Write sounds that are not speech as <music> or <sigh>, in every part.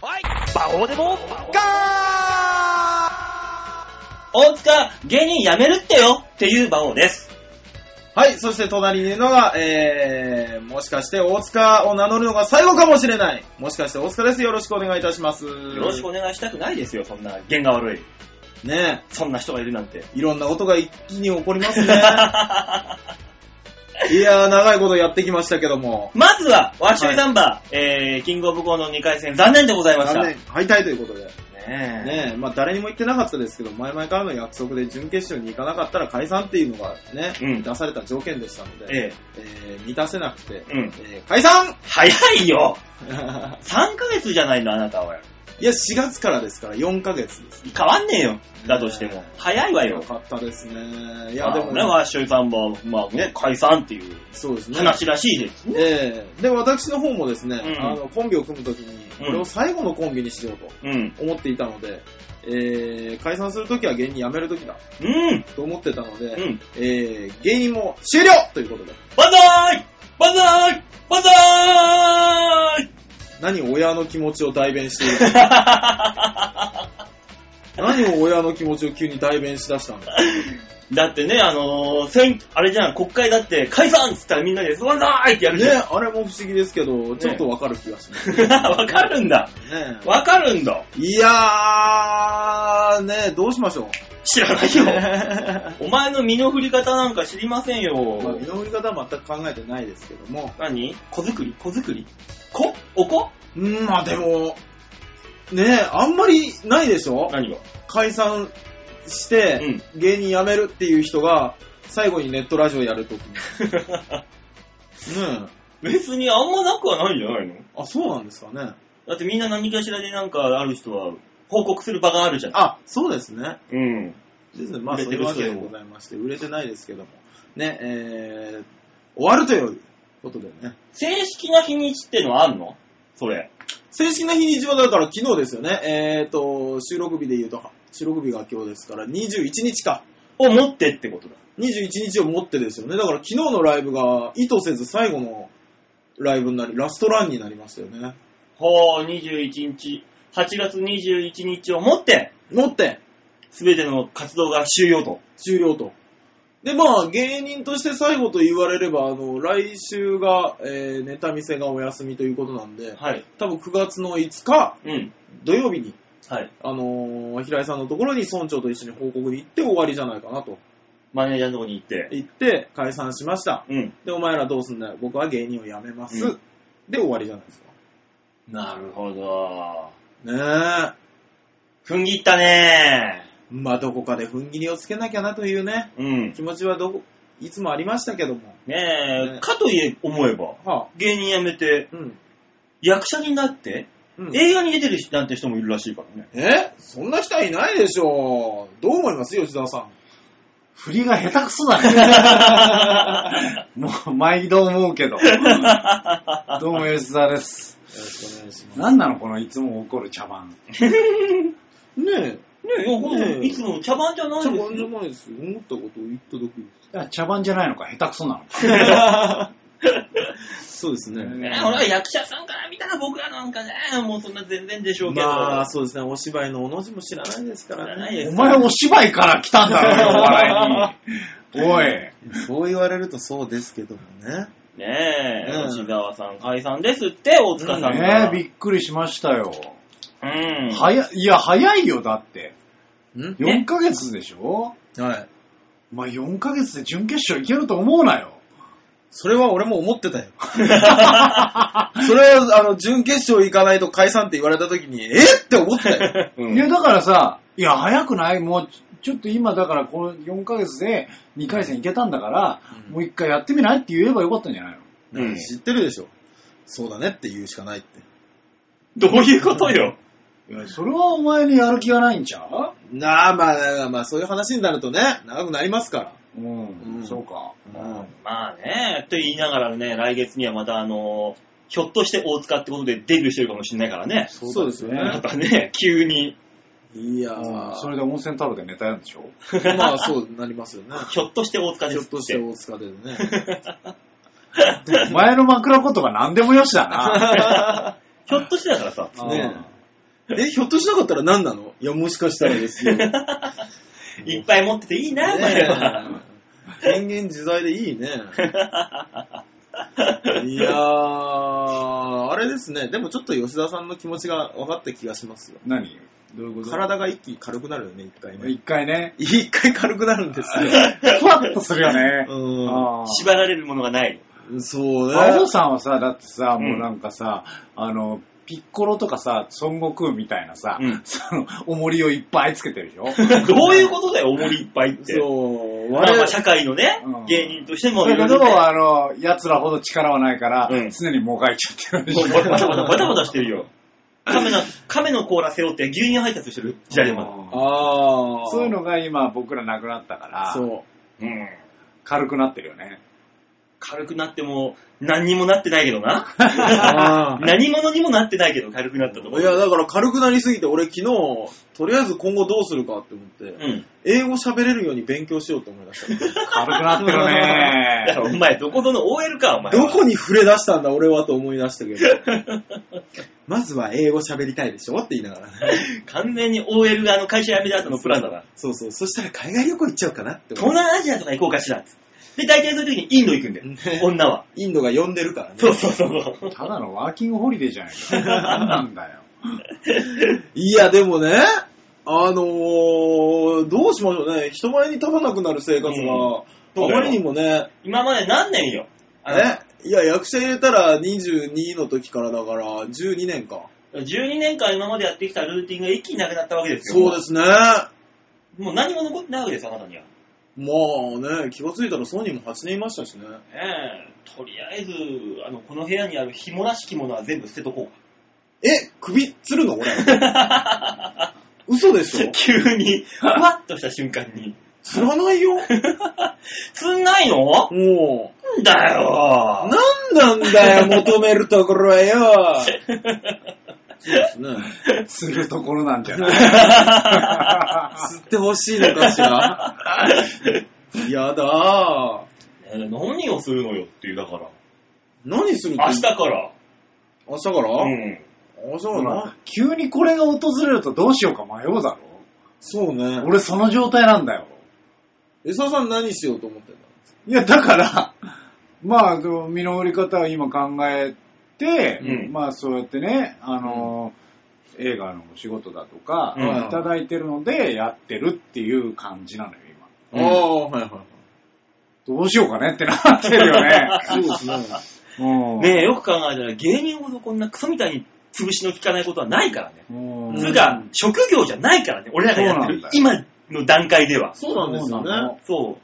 こうでもガ大塚、芸人辞めるってよっていう馬王です。はい、そして隣にいるのが、えー、もしかして大塚を名乗るのが最後かもしれない。もしかして大塚です。よろしくお願いいたします。よよろしくお願いしたくないですよ、そんな、弦が悪い。ねそんな人がいるなん <laughs> て。え、いろんなことが一気に起こります <laughs> ね。いやー、長いことやってきましたけども。まずは、ワッシュイナンバー、えー、キングオブコントの2回戦、残念でございました。残念、敗退ということで。ねえ。ねえ、まあ誰にも言ってなかったですけど、前々からの約束で準決勝に行かなかったら解散っていうのがね、うん出された条件でしたので、えええー満たせなくて、うんえー解散 <laughs> 早いよ !3 ヶ月じゃないの、あなたは。いや、4月からですから、4ヶ月です。変わんねえよ。だとしても。ねえ早いわよよ。かったですね。いいや、でもね、ワッシュイナンバー、まあね、解散っていうそうですね。話らしいです。ええで、私の方もですね、うんあの、コンビを組むときに、うんこれを最後のコンビにしよううん。と思っていたので、えー、解散するときは芸人辞めるときだうん。と思ってたので、うん。えー、芸人も終了ということで、バンザーイバンザーイバンザーイ何を親の気持ちを代弁してい <laughs> るの何を親の気持ちを急に代弁しだしたんだ <laughs> だってね、あのー、選あれじゃん、国会だって解散っつったらみんなで、バンザーイってやるねじゃん。あれも不思議ですけど、ちょっとわかる気がしますね。 <laughs> わかるんだ。わかるんだ。いやー、ねどうしましょう。知らないよ。 <laughs> お前の身の振り方なんか知りませんまあ、身よ。の振り方は全く考えてないですけども、何小作り小作りこおこうん、まあでも、ねえ、あんまりないでしょ何が解散して、芸人辞めるっていう人が、最後にネットラジオやる <laughs> ときに。ね別にあんまなくはないんじゃないのえ、あ、そうなんですかね。だってみんな何かしらでなんかある人は報告する場があるじゃん。あ、そうですね。うん。ですね。まあ、売れそてういうるわ人けでもでございまして、売れてないですけども。ね、えー、終わるということでね。正式な日にちってのはあんのそれ。正式な日にちはだから昨日ですよね。えーと、収録日で言うと、収録日が今日ですから、21日か。を持ってってことだ。 21日をもってですよね。だから昨日のライブが意図せず最後のライブになり、ラストランになりましたよね。ほう、21日、8月21日をもって、もってすべての活動が終了と。終了と。で、まあ、芸人として最後と言われれば、あの、来週が、えーネタ見せがお休みということなんで、はい。多分9月の5日、うん。土曜日に、はい。あのー平井さんのところに村長と一緒に報告に行って終わりじゃないかなと。マネージャーのとこに行って。行って、解散しました。うん。で、お前らどうすんだよ。僕は芸人を辞めます。うんで、終わりじゃないですか。なるほど。ねえ。踏ん切ったねまあ、どこかで踏ん切りをつけなきゃなというね、ー。うん。気持ちはどこ、いつもありましたけども。ねえ、ねかといえ、思えば、はあ、芸人辞めて、うん。役者になって、うん映画に出てる人なんて人もいるらしいからね。えそんな人はいないでしょう。どう思います吉沢さん。振りが下手くそだね。もう、毎度思うけど。どうも、吉沢です。よろしくお願いしまなんなの、このいつも怒る茶番。す。ねねえ、いやほんとねえいつも茶番じゃなえ、いでちゃすこんじゃよ。ないですよ。思ったことを言っただけです。だから茶番じゃないのか、下手くそなのか。そうですね。ねえ、ほら、役者さんから見たら僕らなんかね、もうそんな全然でしょうけど。まあ、そうですね。お芝居のおの字も知らないですからね。お前お芝居から来たんだろ、お笑いに。おい。そう言われるとそうですけどもね。ねえ、うん吉沢さん解散ですって、大塚さんねが。え、びっくりしましたよ。うん。い。早い、いや、早いよ、だって。ん4ヶ月でしょはい。まあ、4ヶ月で準決勝いけると思うなよ。それは俺も思って <laughs> たよ。それ、あの、準決勝行かないと解散って言われた時に、えって思った <laughs> よ。うんいや、だからさ、いや、早くないもう、ちちょっと今、だから、この4ヶ月で2回戦いけたんだから、うんもう1回やってみないって言えばよかったんじゃないのうん知ってるでしょ。そうだねって言うしかないって。どういうことよ。いや、それはお前にやる気がないんちゃうなあ、まあ、まあまあ、そういう話になるとね、長くなりますから。うん、うんそうか。まあね、と言いながらね、来月にはまたあの、ひょっとして大塚ってことでデビューしてるかもしれないからね。そうだねそうですよまね。たね、急に、いやうんそー、れで温泉太郎でネタやるんでしょまあそうなりますよね。ひょっとして大塚で <laughs> すひょっ。ってとして大塚でね。 <laughs> お <laughs> 前の枕言葉何でもよしだな。ひょっとしてだからさ、ねえ、ひょっとしなかったら何なのいや、もしかしたらですよ。ねいっぱい持ってていいな、お前は。 <laughs> え変幻自在でいい <laughs> ね。いやー、あれですね。でもちょっと吉田さんの気持ちが分かった気がしますよ。何どういうこと体が一気に軽くなるよね、一回ね。一回ね、一回軽くなるんですよ。ふわっとするよね。うあー縛られるものがない。ん。そうね。馬王さんはさ、だってさ、うんもうなんかさ、あの、ピッコロとかさ、孫悟空みたいなさ、うんその、重りをいっぱいつけてるでしょどういうことだよ、重りいっぱいって。そう。まあまあ我々社会のねうん、芸人としても、だいけろいろねど、あの、奴らほど力はないから、うん常にもがいちゃってるでしもょうバタバタ、バタバタしてるよ。亀の、亀の甲羅背負って牛乳配達してる時代でも。うんああ。そういうのが今僕らなくなったから、そう。うん。軽くなってるよね。軽くなっても、何にもなってないけどな。あー何者にもなってないけど、軽くなったと思う。いや、だから軽くなりすぎて、俺昨日、とりあえず今後どうするかって思って、うん。英語喋れるように勉強しようと思いました。軽くなってだるかね。 <laughs> らお前、どこどの OL か、お前。どこに触れ出したんだ俺はと思い出したけど。 <laughs> まずは英語喋りたいでしょって言いながらね。完全に OL <laughs> があの会社辞めた後のプランだな。そうそう。そしたら海外旅行行っちゃうかなって東思う。南アジアとか行こうかしら。で、大体そういう時にインド行くんだよ。女は。インドが呼んでるからね。そうそうそう。ただのワーキングホリデーじゃないか。何なん <laughs> だよ。いや、でもね、あのー、どうしましょうね。人前に立たなくなる生活うんが、あまりにもね、今まで何年よ。あのね、いや、役者入れたら22の時からだから、12年か。 12年間今までやってきたルーティンが一気になくなったわけですよ。。そうですすね。まあもう何も残ってないわけですよ、あなたには。ね、気がついたらソニーも8年いましたしね。ええとりあえず、あの、この部屋にある紐らしきものは全部捨てとこうえ、首つるの俺。 <laughs> 嘘でしょか。 <laughs> 急に、ふわっとした瞬間に。つらないよ。つんないのもなんだう、よなんなんだよ、求めるところはよ。そうですね。するところなんじゃない <laughs> <laughs> 吸ってほしいのかしら。やだえー何をするのよっていう、だから。何する明日から。明日から、うん。あ、そうな。急にこれが訪れるとどうしようか迷うだろそうね。俺その状態なんだよ。江沢さん何しようと思ってんだいや、だから、まあ、でも身の売り方を今考えて、うんまあそうやってね、あの、映画のお仕事だとか、うんいただいてるのでやってるっていう感じなのよ、う今。んああ、はいはいはい。どうしようかねってなってるよね。 <laughs> そうですね。うんねえ、よく考えたら芸人ほどこんなクソみたいに潰しの効かないことはないからね。うんそれか、職業じゃないからね、俺らがやってるそう今の段階では。そうなんですよそうなねの。そう。趣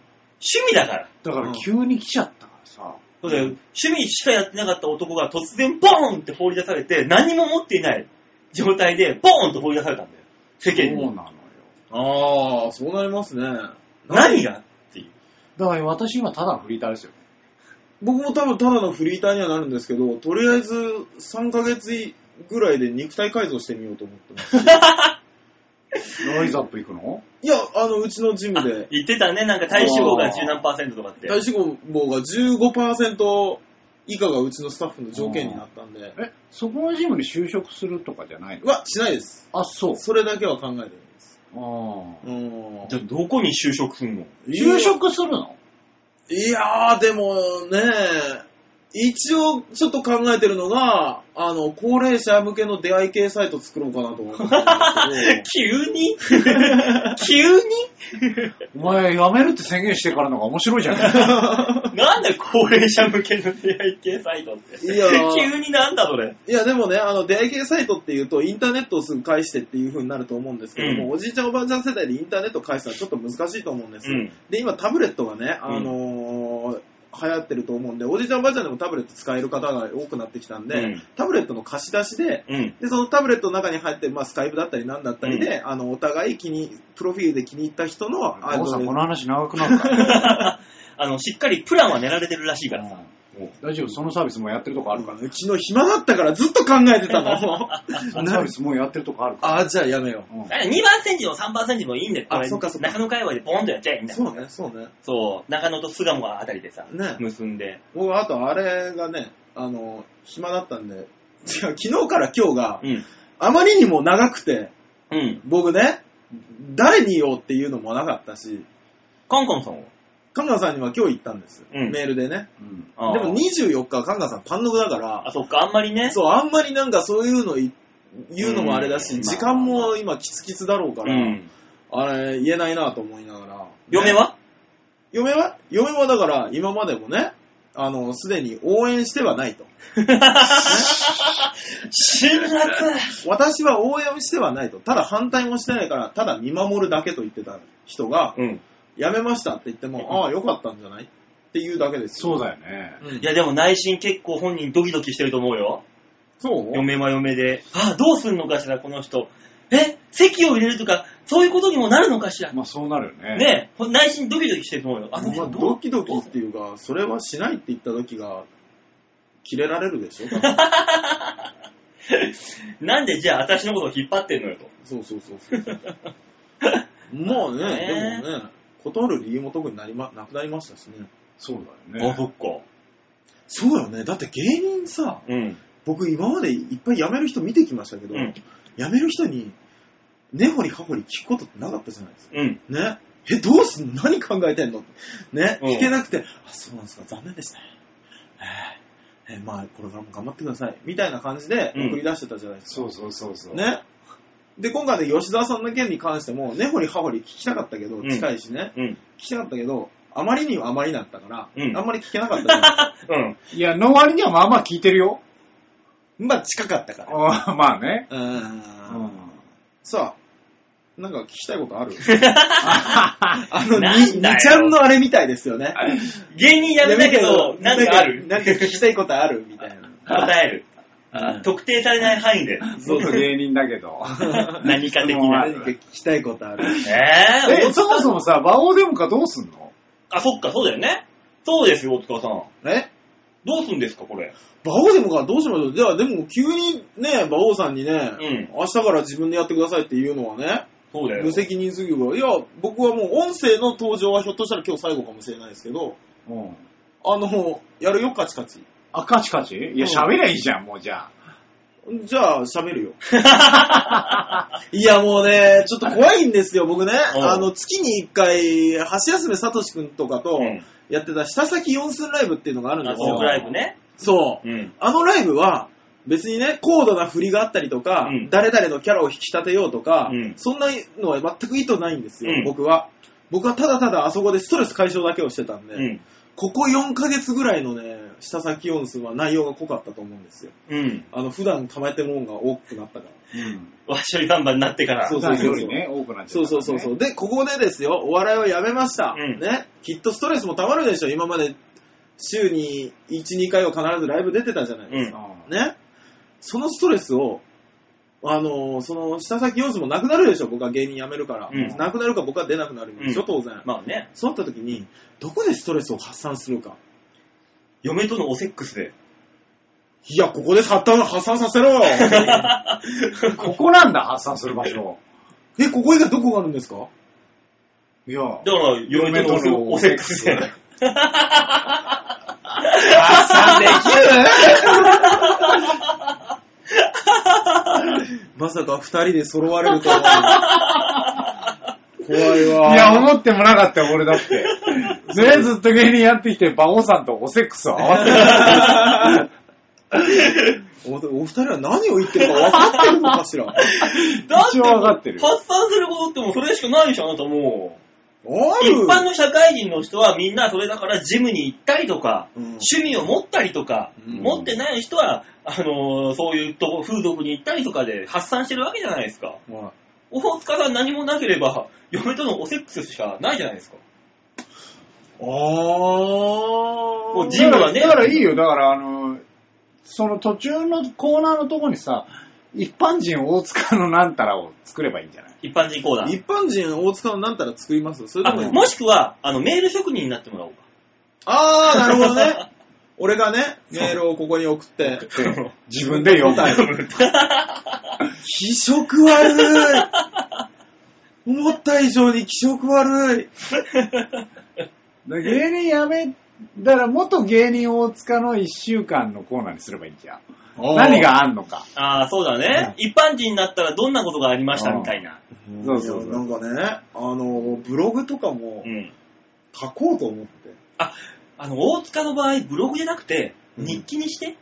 味だから。だから急に来ちゃったからさ。そうだよ。趣味しかやってなかった男が突然ボーンって放り出されて、何も持っていない状態でボーンと放り出されたんだよ。世間そうに。なのよ。ああ、そうなりますね。何がっていう。だから私今ただのフリータ <laughs> ーですよ。僕も多分ただのフリーターにはなるんですけど、とりあえず3ヶ月ぐらいで肉体改造してみようと思ってます。ライズアップ行くのいや、あの、うちのジムで、言ってたね、なんか体脂肪が十何パーセントとかって。体脂肪が15%以下がうちのスタッフの条件になったんで、え、そこのジムに就職するとかじゃないのはしないです。あ、そう。それだけは考えてないです。あーうじゃんあどこに就職すん <laughs> の就職するのいやー、でもね、一応ちょっと考えてるのが、あの、高齢者向けの出会い系サイト作ろうかなと <laughs> 思ってるんですけど急に <laughs> 急にお前辞めるって宣言してからの方が面白いじゃ <laughs> ん。なんだよ高齢者向けの出会い系サイトって。いやー <laughs> 急になんだそれ。いや、でもね、あの、出会い系サイトっていうと、インターネットをすぐ返してっていう風になると思うんですけども、うんおじいちゃんおばあちゃん世代でインターネット返すのはちょっと難しいと思うんですよ。うんで、今タブレットがね、あのー流行ってると思うんで、おじいちゃんおばあちゃんでもタブレット使える方が多くなってきたんで、うんタブレットの貸し出しで、うん。 <laughs> で、そのタブレットの中に入ってる、まあ、スカイプだったりなんだったりで、あの、お互い気に、プロフィールで気に入った人の、あ父さんの、この話長くなるから。あの、しっかりプランは練られてるらしいからさ。うん大丈夫、そのサービスもやってるとこあるから。昨日暇だったからずっと考えてたの。そのサービスもやってるとこあるかああ、じゃあやめよら。うんあ2番センチも3番センチもいいんだよ。あこれそっかそっか中野界隈でボンとやっちゃえばいいんう。だそうね、そうね。そう。中野と巣鴨あたりでさ、ね結んで。僕はあとあれがね、あの、暇だったんで、違う、昨日から今日がう、ん。あまりにも長くて、うん。僕ね、誰に言おうっていうのもなかったし、カンカンさんはカンガンさんには今日言ったんです、うんメールでね。うん。あーでも24日はカンガンさん単独だからあ、、そっか、あんまりね。そう、あんまりなんかそういうのい言うのもあれだし、うん時間も今キツキツだろうから、ん。あれ言えないなと思いながら。嫁ねは嫁は嫁はだから今までもね、あの、すでに応援しては <laughs> ないと。辛辣私は応援してはないと。ただ反対もしてないから、ただ見守るだけと言ってた人が、うん。やめましたって言っても、ああ、よかったんじゃないっていうだけですよ。そうだよね。うん。いや、でも内心結構本人ドキドキしてると思うよ。そう嫁は嫁で。あ、どうすんのかしら、この人。え、席を入れるとか、そういうことにもなるのかしら。まあそうなるよね。ねえ、内心ドキドキしてると思うよ。あのま人あどドう、キドキっていうか、それはしないって言った時が、キレられるで <laughs> しょなんでじゃあ私のことを引っ張ってんのよと。そうそうそうそう。まあね、ねでもね、断る理由も特になりまなくなりましたしね。そうだよね。っか。そうよね。だって芸人さ、うん。僕今までいっぱい辞める人見てきましたけど、うん。辞める人に、根掘り葉掘り聞くことってなかったじゃないですか。うん。ね。え、どうすんの何考えてんのね、うん聞けなくて、あ、そうなんですか、残念ですね。えーえーまあ、これからも頑張ってください。みたいな感じでうん送り出してたじゃないですか。そうそうそうそう。ね。で、今回の吉沢さんの件に関しても、根掘り葉掘り聞きたかったけど、うん近いしね、うん。聞きたかったけど、あまりにもあまりだったから、うんあんまり聞けなかったじゃないですか。 <laughs> うん。いや、の割にはまあまあ聞いてるよ。まあ、近かったから。あーまあね。ううーん。ん。さあ、なんか聞きたいことあ <laughs> るあなんだよにちゃんのあれみたいですよね。芸人やめたけど、なんかあるなんか聞きたいことあるみたいな。答えるうん。特定されない範囲で。僕芸人だけ <laughs> ど。 <laughs> 何か的な。何か聞きたいことある。ええ、ー、そもそもさ、馬王デモかどうすんのあ、そっか、そうだよね。そうですよ、大塚さん。えどうすんですか、これ。馬王でもからどうしましょう。じゃあでも急にね、馬王さんにね、うん明日から自分でやってくださいっていうのはね、そうだよ。無責任すぎるから。いや、僕はもう音声の登場はひょっとしたら今日最後かもしれないですけど、うん。あの、やるよ、カチカチ。あ、カチカチいうんや、喋りゃいいじゃん、もうじゃあ。じゃあ、喋るよ。 <laughs> いや、もうね、ちょっと怖いんですよ、僕ね。うんあの、月に1回、橋休めさとしくんとかとうんやってた、下先四寸ライブっていうのがあるんであ、すトーよク。ライブね。そう。うん。あのライブは、別にね、高度な振りがあったりとか、うん誰々のキャラを引き立てようとか、うんそんなのは全く意図ないんですよ、うん僕は。僕はただただあそこでストレス解消だけをしてたんで、うん。ここ4ヶ月ぐらいのね、下先四寸は内容が濃かったと思うんですよ。うん。あの、普段溜めてるもんが多くなったから。うん。わっしょり看板になってから。そう普段よりね、多くなっちゃ、そううそうそうそう。。で、ここでですよ、お笑いをやめました。うんね。きっとストレスも溜まるでしょ。今まで週に1、2回は必ずライブ出てたじゃないですうか。うね。そのストレスを、あのーその、下先要素もなくなるでしょ。僕は芸人辞めるから。うんなくなるか僕は出なくなるでしょ、うん当然。まあね、そうなった時に、どこでストレスを発散するか。嫁とのおセックスで。いや、ここで発散発散させろよんここなんだ、発散する場所。 <laughs> え、ここ以外どこがあるんですかいや。だから、嫁とのおセックスで。発散でまさか二人で揃われるとは。怖いわ。いや、思ってもなかったよ、俺だ <laughs> って。ね、ずっと芸人やってきて、馬王さんとおセックスを合わせ <laughs> た。おお二人は何を言ってるか分かってるのかしらあ <laughs> 一応わかってるよ発散することってもうそれしかないでしょ、あなたもう。一る般の社会人の人はみんなそれだからジムに行ったりとか、うん趣味を持ったりとか、うん持ってない人は、あのーそういうとこ、風俗に行ったりとかで発散してるわけじゃないですか。まあ大塚さん何もなければ、嫁とのおセックスしかないじゃないですか。あーもうジムはねだからだからいいよ、だからあの、その途中のコーナーのとこにさ、一般人大塚のなんたらを作ればいいんじゃない一般人コーナー。一般人大塚のなんたら作りますそれあとももしくは、あの、メール職人になってもらおうか。あー、なるほどね。俺がね、メールをここに送って。で自分で読む。答える気色悪い思った以上に気色悪い。で芸人やめだから元芸人大塚の一週間のコーナーにすればいいんじゃん。おー何があんのか。 <laughs> ああ、そうだね。一般人になったらどんなことがありましたみたいな。そうそうそういやなんかね、あの、ブログとかもうん。書こうと思って。あの、大塚の場合、ブログじゃなくて、うん日記にして、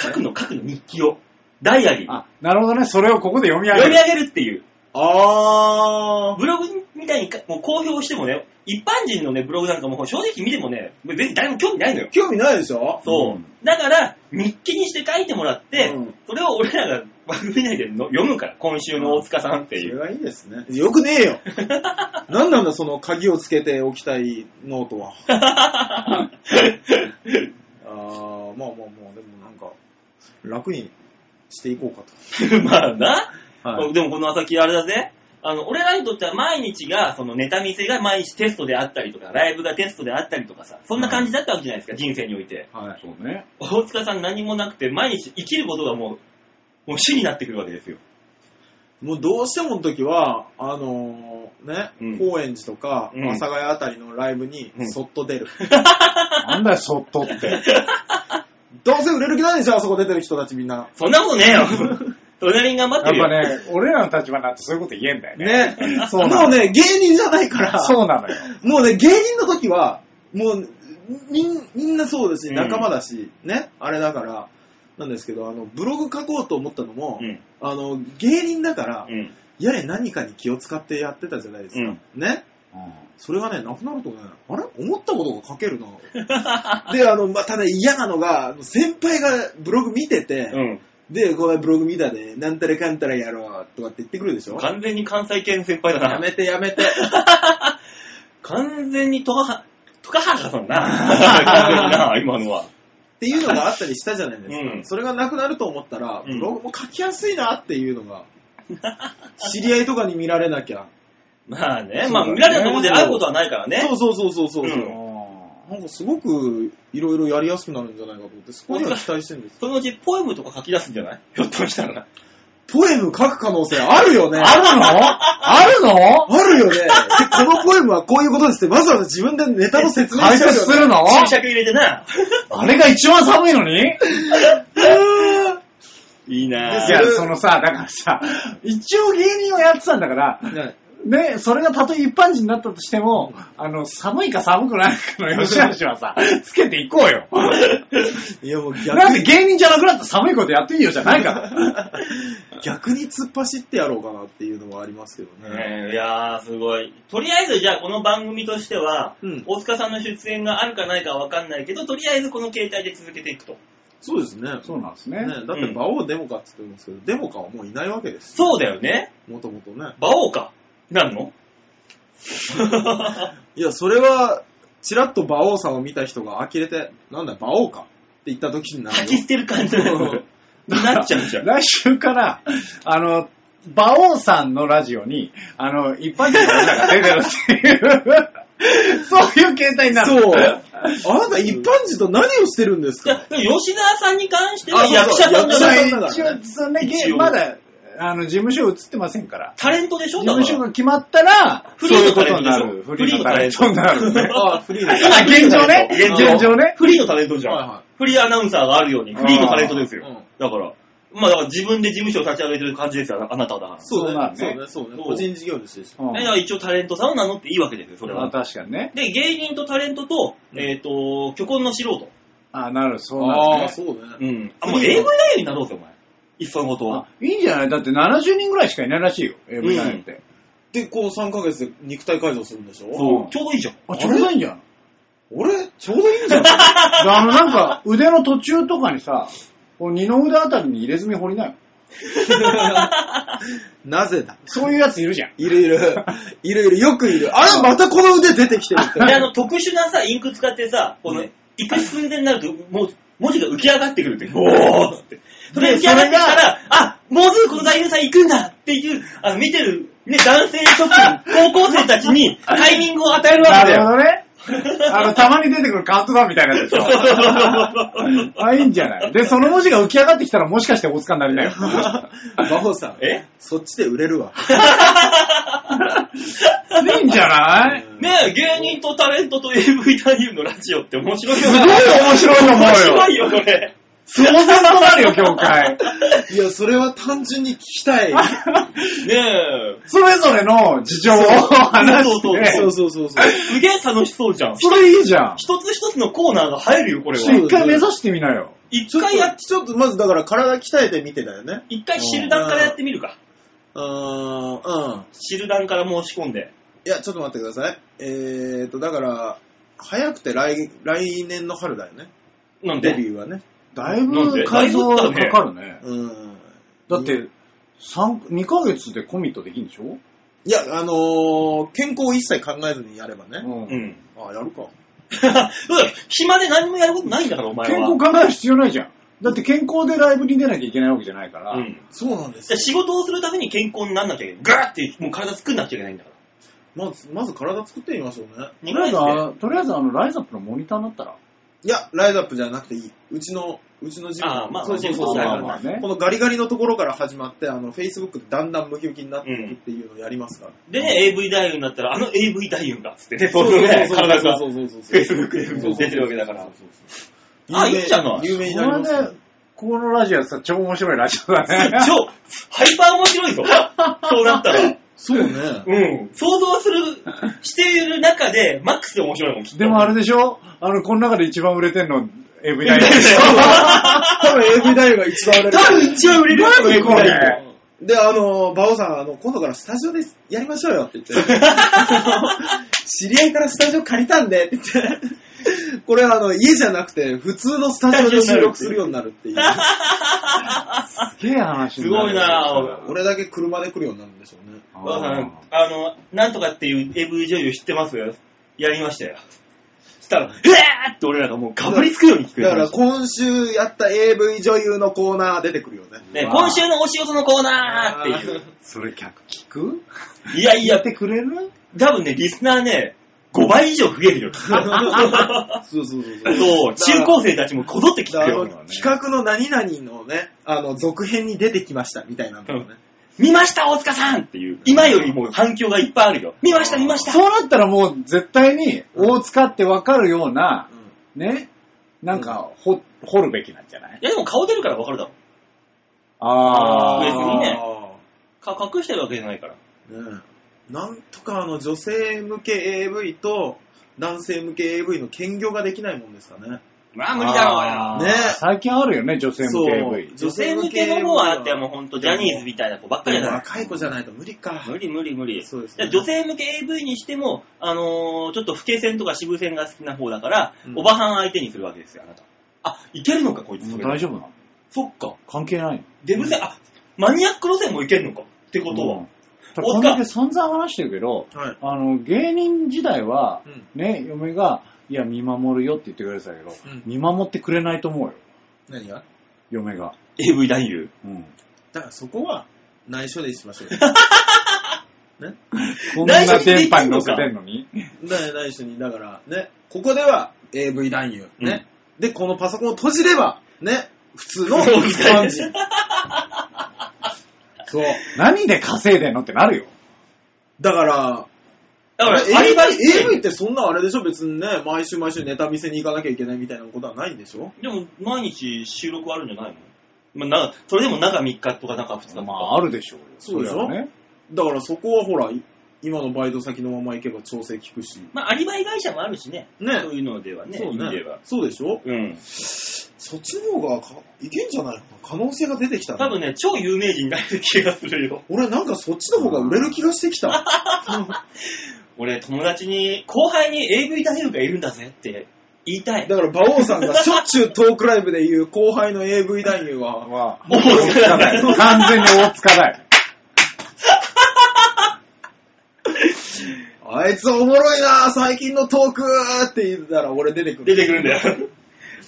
書くの書くの日記を。ダイアリー。あ、なるほどね。それをここで読み上げ読るみ。上げるっていう。あブログみたいにかもう公表してもね、一般人のね、ブログなんかもう正直見てもね、別に誰も興味ないのよー、。興味ないでしょそう。うんだから、日記にして書いてもらって、うんそれを俺らが番組内での読むから、今週の大塚さんってそいれう。がいいですね。よくねえ <laughs> よ。なんなんだその鍵をつけておきたいノート <laughs> は。ああ、まあまあまあ、でもなんか、楽にしていこうか <laughs> まあな、と。はい。でもこの朝木あれだぜ。あの、俺らにとっては毎日が、そのネタ見せが毎日テストであったりとか、ライブがテストであったりとかさ、そんな感じだったわけじゃないですか、人生において。はい。そうね。大塚さん何もなくて、毎日生きることがもう、もう死になってくるわけですよ。もうどうしてもの時は、あのーね、うん高円寺とか、うん阿佐ヶ谷あたりのライブにうんそっと出る。なんだよ、そっとって。どうせ売れる気ないでしょ、あそこ出てる人たちみんな。そんなことねえよ。隣に頑張っやてっるよ。ぱね、俺らの立場になってそういうこと言えんだよね。 <laughs> ね。そうなのもうね、芸人じゃないから、そうなのよ。もうね、芸人の時は、もう、みん、みんなそうだし、うん仲間だし、ね、あれだから、なんですけど、あの、ブログ書こうと思ったのも、うん。あの、芸人だから、うん。やれ何かに気を使ってやってたじゃないですか。ね。うそれがね、なくなるとね、あれ思ったことが書けるな。 <laughs> で、あの、またね、嫌なのが、あの先輩がブログ見てて、うん。で、これブログ見たで、なんたらかんたらやろうとかって言ってくるでしょ完全に関西系の先輩だやな。めてやめて。 <laughs> 完全にトカハ、トカハさんだな。完全にな、今のは。っていうのがあったりしたじゃないですか。うんそれがなくなると思ったら、うんブログも書きやすいなっていうの <laughs> が、知り合いとかに見られなきゃ。まあね、そうだね。まあ見られたところで会うことはないからねそ。うそうそうそうそう。うんんなんかすごくいろいろやりやすくなるんじゃないかと思って、そこには期待してるんです。そのうちポエムとか書き出すんじゃないひょっとしたら。 <laughs> ポエム書く可能性あるよね。あるのあるのあるよね。でこのポエムはこういうことですって、わざわざ自分でネタの説明解しちゃう説よすね。<laughs> るの注釈入れてな。あれが一番寒いのにいいないや、そのさ、だからさ、一応芸人をやってたんだから、 <laughs> ねね、それがたとえ一般人になったとしても、あの、寒いか寒くないかの良し悪しはさ、つけていこうよ。いやもう逆なんでに、芸人じゃなくなったら寒いことやっていいよじゃない <laughs> から。逆に突っ走ってやろうかなっていうのはありますけどね。ねいやー、すごい。とりあえず、じゃあこの番組としては、うん大塚さんの出演があるかないかはわかんないけど、とりあえずこの形態で続けていくと。そうですね。そうなんですね。ねだって、馬王デモカって言ってるんですけど、デモカはもういないわけです。そうだよね。もともとね。馬王か。なんのいや、それは、ちらっと馬王さんを見た人が呆れて、なんだ、馬王かって言った時にな吐るきよ捨。てる感じになっちゃうじゃん。来週から、あの、馬王さんのラジオに、あの、一般人の方が出てるっていう、 <laughs> そういう形態になる。そう。 <laughs> あなた一般人と何をしてるんですいやか、でも吉沢さんに関してはあそう役者さんじゃまなあい。そうだ一応、そのね、一応まだ、あの、事務所映ってませんから。タレントでし事ょだか務ら所が決まったら、フそうリーいのうタこレとントでしょになる。フリーのタレントになるね。あフリーです。今あ現状ね。現現状状ね。フリーのタレントじゃん、はいはいフリーアナウンサーがあるように、フリーのタレントですよ。うんだから、まあだから自分で事務所を立ち上げてる感じですよ、あなたはだから。そうそうだなんね。そうねね、そうね。そう個人事業主です。う <laughs> んえだから一応タレントさんを名乗っていいわけですよ、それまあは。確かにね。で、芸人とタレントと、うんえっ、と、虚婚の素人。あなる、そうなんああ、ですね。そうね。うん。あ、もう AV 男優になろうぜ、お前。いっそのことはあ。いいんじゃないだって70人ぐらいしかいないらしいよ。AV なんて。で、こう3ヶ月で肉体改造するんでしょそう。ちょうどいいじゃん。あ、ちょうどいいんじ <laughs> ゃん。俺、ちょうどいいんじゃん。あの、なんか、腕の途中とかにさ、こう二の腕あたりに入れ墨掘りなよ。 <laughs> なぜだそういうやついるじゃん。いる <laughs> いる。いるいる。よくいる。あら、またこの腕出てきてるって。で、あの、特殊なさ、インク使ってさ、このうん、行く寸前になると、もう、文字が浮き上がってくるって、おーっつって。それ浮き上がってきたら、あ、もうすぐこの大優さん行くんだっていう、あの、見てる、ね、男性諸君、高校生たちにタイミングを与えるわなけだるほよ。どね。 <laughs> あの、たまに出てくるカウントダウンみたいなやつでし <laughs> ょ。あ、いいんじゃないで、その文字が浮き上がってきたらもしかして大塚になりなよ。バホさん。えそっちで売れるわ。 <laughs> いいんじゃないうんねえ、芸人とタレントと AV 男優のラジオって面白いよすごい面白いと思う面よ白。いよ、これ。相談となるよ、業界。いや、それは単純に聞きた <laughs> い。ねえ。それぞれの事情を話そうして。そうそうそうそう。すげえ楽しそうじゃん。それいいじゃん。一つ一つのコーナーが入るよ、これそうは。一回目指してみなよ。一ちょっ回やと、っ、ちょっとまずだから体鍛えてみてだよね。一回知る段からやってみるか。うーん、うん。知る段から申し込んで。いや、ちょっと待ってください。えーと、だから、早くて来来年の春だよね。なんデでビューはね。だないんでぶ改造がかかるね。うん。だって、三2ヶ月でコミットできるんでしょ、いや、あのー、健康を一切考えずにやればね。う、うん <laughs> ん。あ、やるか。そうだ、暇で何もやることないんだから、お前健は。康考える必要ないじゃん。だって健康でライブに出なきゃいけないわけじゃないから。うん。そうなんですじゃあ仕事をするために健康になんなきゃいけない。ガーって、もう体作んなきゃいけないんだから。まず、まず体作ってみましょうね。と二りあヶえ月ずで。あ、とりあえずあの、ライザップのモニターになったら。いや、ライズアップじゃなくていい。うちの、うちのジムのあまあそうそうジムそうのまあまあねこのガリガリのところから始まって、あの、Facebook でだんだんムキムキになっていくっていうのをやりますから。でね、AV 男優になったら、あの AV 男優が、つってね、 <laughs> そそううそうね、そう体 <laughs> がそ、うそうそうそう Facebook で出てるわけだから。あ有名いいじゃない有名になりますこよれね、ここのラジオさ、超面白いラジオだね。 <laughs> 超、ハイパー面白いぞ。そうなったら。そう <laughs> ね。うん。想像する、している中で、マックスで面白いもん、きっと。でもあれでしょあの、この中で一番売れてんの、エブリダイでし多分 AV 大が一番売れる。多分一番売れるよ何これで、あの、バオさん、あの、今度からスタジオでやりましょうよって <laughs> 言って。知り合いからスタジオ借りたんでって言って。これあの、家じゃなくて、普通のスタジオで収録するようになる <laughs> っていう。ょすげえ話にするごいなぁ俺だけ車で来るようになるんでしょうね。お母さんあの、なんとかっていう AV 女優知ってますやりましたよ。したら、えーって俺らがもうかぶりつくように聞くだからよ。今週やった AV 女優のコーナー出てくるよね。 <laughs> ね、今週のお仕事のコーナーっていう。それ客聞くいやいやっや、てくれる多分ね、リスナーね、5倍以上増えるよ。そそうそうそうそう。う、中高生たちもこぞって聞だかくらあのよ。企画の何々のね、あの、続編に出てきましたみたいなのとかね。見ました、大塚さんっていう。今よりも反響がいっぱいあるよ。見ました、見ました。そうなったらもう絶対に大塚ってわかるような、ね、なんか、ほ、掘るべきなんじゃないいや、でも顔出るからわかるだろ。あ別にねあ顔隠してるわけじゃないから。ーねえなんとかあの女性向け AV と男性向け AV の兼業ができないもんですかね。まあ無理だろうよ。ね最近あるよね、女性向け AV。女性向けの方はあってもうほんとジャニーズみたいな子ばっかりでだもか。。若い子じゃないと無理から <laughs> 無理無理無理。そうですじゃねあ女性向け AV にしても、あのーちょっと不敬線とか渋線が好きな方だから、うんおばはん相手にするわけですよ、あなた。あ、いけるのか、こいつ。もう大丈夫なのそっか。関係ないのデブ線、あ、マニアック路線もいけるのか。ってことうはん。ただこんだけ散々話してるけど、はい。あの、芸人時代はう、んね、嫁が、いや、見守るよって言ってくれてたけど、うん見守ってくれないと思うよ、何が嫁が。 AV 男優。うん。だからそこは内緒でしましょう。 <laughs> こんな電波に乗せてんのに。ね、内緒に、だからね、ここでは AV 男優、ね。で、このパソコンを閉じれば、ね、普通のそう一 <laughs> 般人。そう。何で稼いでんのってなるよ。だから、だから、バリ AV, バリ AV ってそんなあれでしょ別にね、毎週毎週ネタ見せに行かなきゃいけないみたいなことはないんでしょでも、毎日収録はあるんじゃないのまあ、な、それでも中3日とか中2日とか。まあ、あるでしょうよ。そうでしょりゃね。だからそこはほら、い今のバイト先のまま行けば調整効くし。まあ、アリバイ会社もあるしね。ねそういうのではね、そう意味ねでは。。そうでしょうん。そっちの方がかいけんじゃないかな可能性が出てきたね多分ね、超有名人になれる気がするよ。俺なんかそっちの方が売れる気がし <laughs> てきた。俺、友達に、後輩に AV 男優がいるんだぜって言いたい。だから、馬王さんがしょっちゅうトークライブで言う後輩の AV 男優は、まあ、大塚だ <laughs> よ完全に大塚だよ。あいつおもろいな最近のトークって言ったら俺出てく出る。てくるんだよ。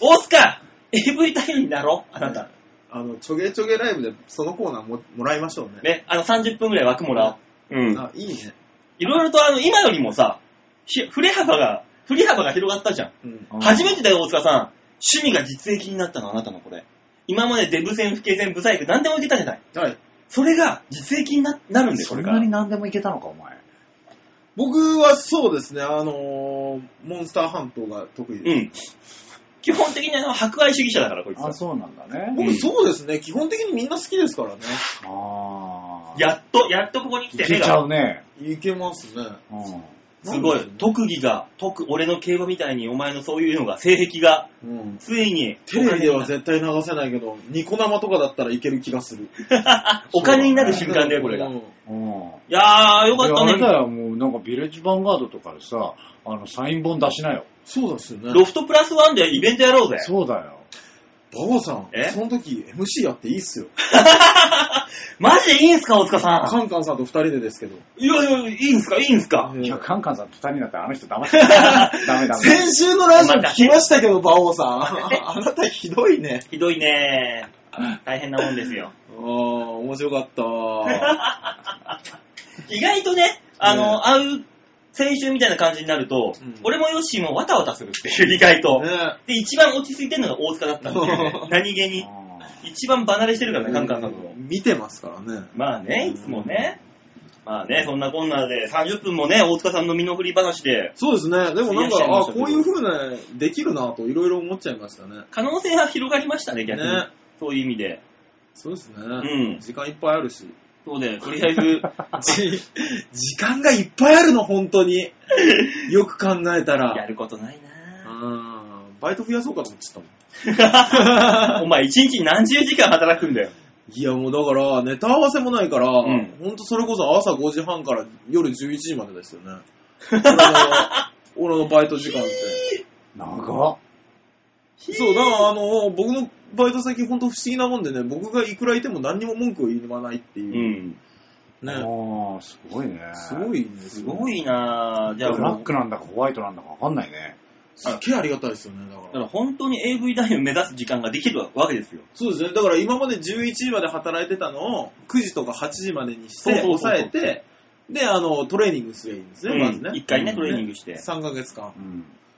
大塚 !AV 男優になろうあなた。あの、ちょげちょげライブでそのコーナーももらいましょうね。ね、あの30分ぐらい枠もらおう。うん。あ、いいね。いろいろとあの、今よりもさ、ひ振れ幅が、振り幅が広がったじゃん。うん。うん初めてだよ、大塚さん。趣味が実益になったの、あなたのこれ。今までデブ戦、不敬戦、ブサイク、何でもいけたじゃない。はい。それが実益にななるんですそこれんかならに。何でもいけたのか、お前。僕はそうですね、あのーモンスター半島が得意うです。ん。基本的にあの、博愛主義者だから、こいつはあ、。そうなんだね。うん僕そうですね、基本的にみんな好きですからね。ああ。やっと、やっとここに来いて、けちゃうね。いけますね。うん。すごい。特技が、特、俺の競馬みたいにお前のそういうのが、性癖が、うん。ついに、テレビでは絶対流せないけど、ニコ生とかだったらいける気がする。お金になる瞬間だよ、これが。ういんうん。やー、よかったいやあれだね。よ、もうなんかビレッジヴァンガードとかでさ、あの、サイン本出しなよ。そうですよね。ロフトプラスワンでイベントやろうぜ。そうだよ。バオさんえ、その時 MC やっていいっすよ。マジでいいんすか、大塚さカンカンさんと二人でですけど。ん。いやいや、いいんすか、いいんすか。いや、えーカンカンさんと二人になったらあの人騙してる。ダメダメ。先週のラジオ聞きましたけど、バオ <laughs> さん。あなたひどいね。ひどいねー。大変なもんですよ。ああ、面白かったわ。意外とね、あねの、会う、先週みたいな感じになると、うん俺もヨッシーもわたわたするっていう、意外と。 <laughs> ねで、一番落ち着いてるのが大塚だったんで、何気に。一番離れしてるからね、カンカンさんと。見てますからね。まあね、いつもね。まあね、そんなこんなで、30分もね、大塚さんの身の振り話で、そうですね。でもなんいらっしゃいか、まあしたけどこういう風な、できるなといろいろ思っちゃいましたね。可能性が広がりましたね、逆に。ね。そういう意味で。そうですね。うん時間いっぱいあるし。そうで、とりあえず、じ時間がいっぱいあるの、本当に。よく考えた <laughs> やら。。ることないうなんバイト増やそうかと思ってたもん。ぁ <laughs> お前、一日何十時間働くんだよ。いや、もうだから、ネタ合わせもないから、んほんとそれこそ朝5時半から夜11時までです <laughs> よね。俺の俺のバイト時間って。長っ。そう、だからあの、僕のバイト先ほんと不思議なもんでね、僕がいくらいても何にも文句を言わないってういう。ん。ね。ああ、すごいね。すごいんですすよ。ごいなぁ。じゃあ、ブラッだクなんだかホワイトなんだかわかんないね。すっげえありがたいですよね、だか。からら本当に AV 男優を目指す時間ができるわけですよ。そうですね。だから今まで11時まで働いてたのを9時とか8時までにしそて、うそうそう抑えて、で、あの、トレーニングすればいいんですね、まずね。うん一回ね、トレーニングして。 3ヶ月間。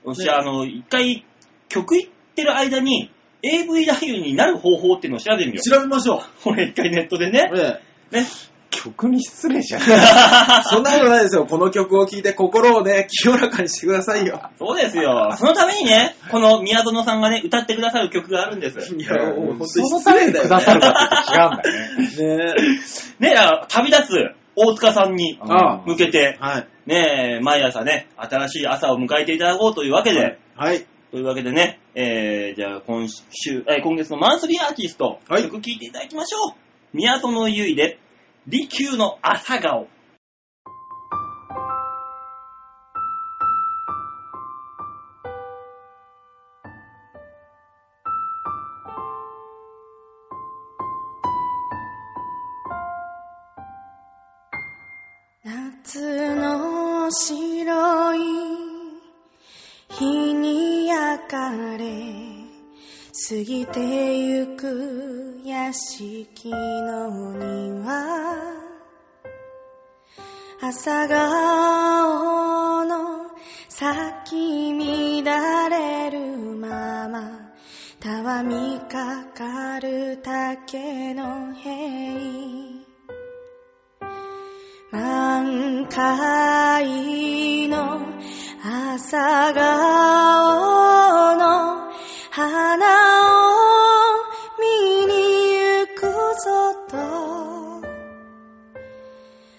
うそん。しねて、あの、一回、曲行ってる間に、AV 男優になる方法っていうのを調べてみよ調べましょう。う。俺一回ネットでね。ええね。曲に失礼じゃない。 <laughs> そんなことないですよ。この曲を聴いて心をね、清らかにしてくださいよ。そうですよ。そのためにね、この宮園さんがね、歌ってくださる曲があるんです。いもう本当にそのためにくださるかって違うんだよ失礼ね。だよね。ねね、あ旅立つ大塚さんに <laughs> あ向けて、はい。ね、毎朝ね、新しい朝を迎えていただこうというわけで、はい。というわけでね、えー、じゃあ今週、えー今月のマンスリーアーティスト、はい曲聴いていただきましょう。宮園ゆいで、利休の朝顔。夏の白い日に焼かれ過ぎてゆく屋敷の庭朝顔の咲き乱れるままたわみかかる竹の塀満開の朝顔の花を見に行くぞと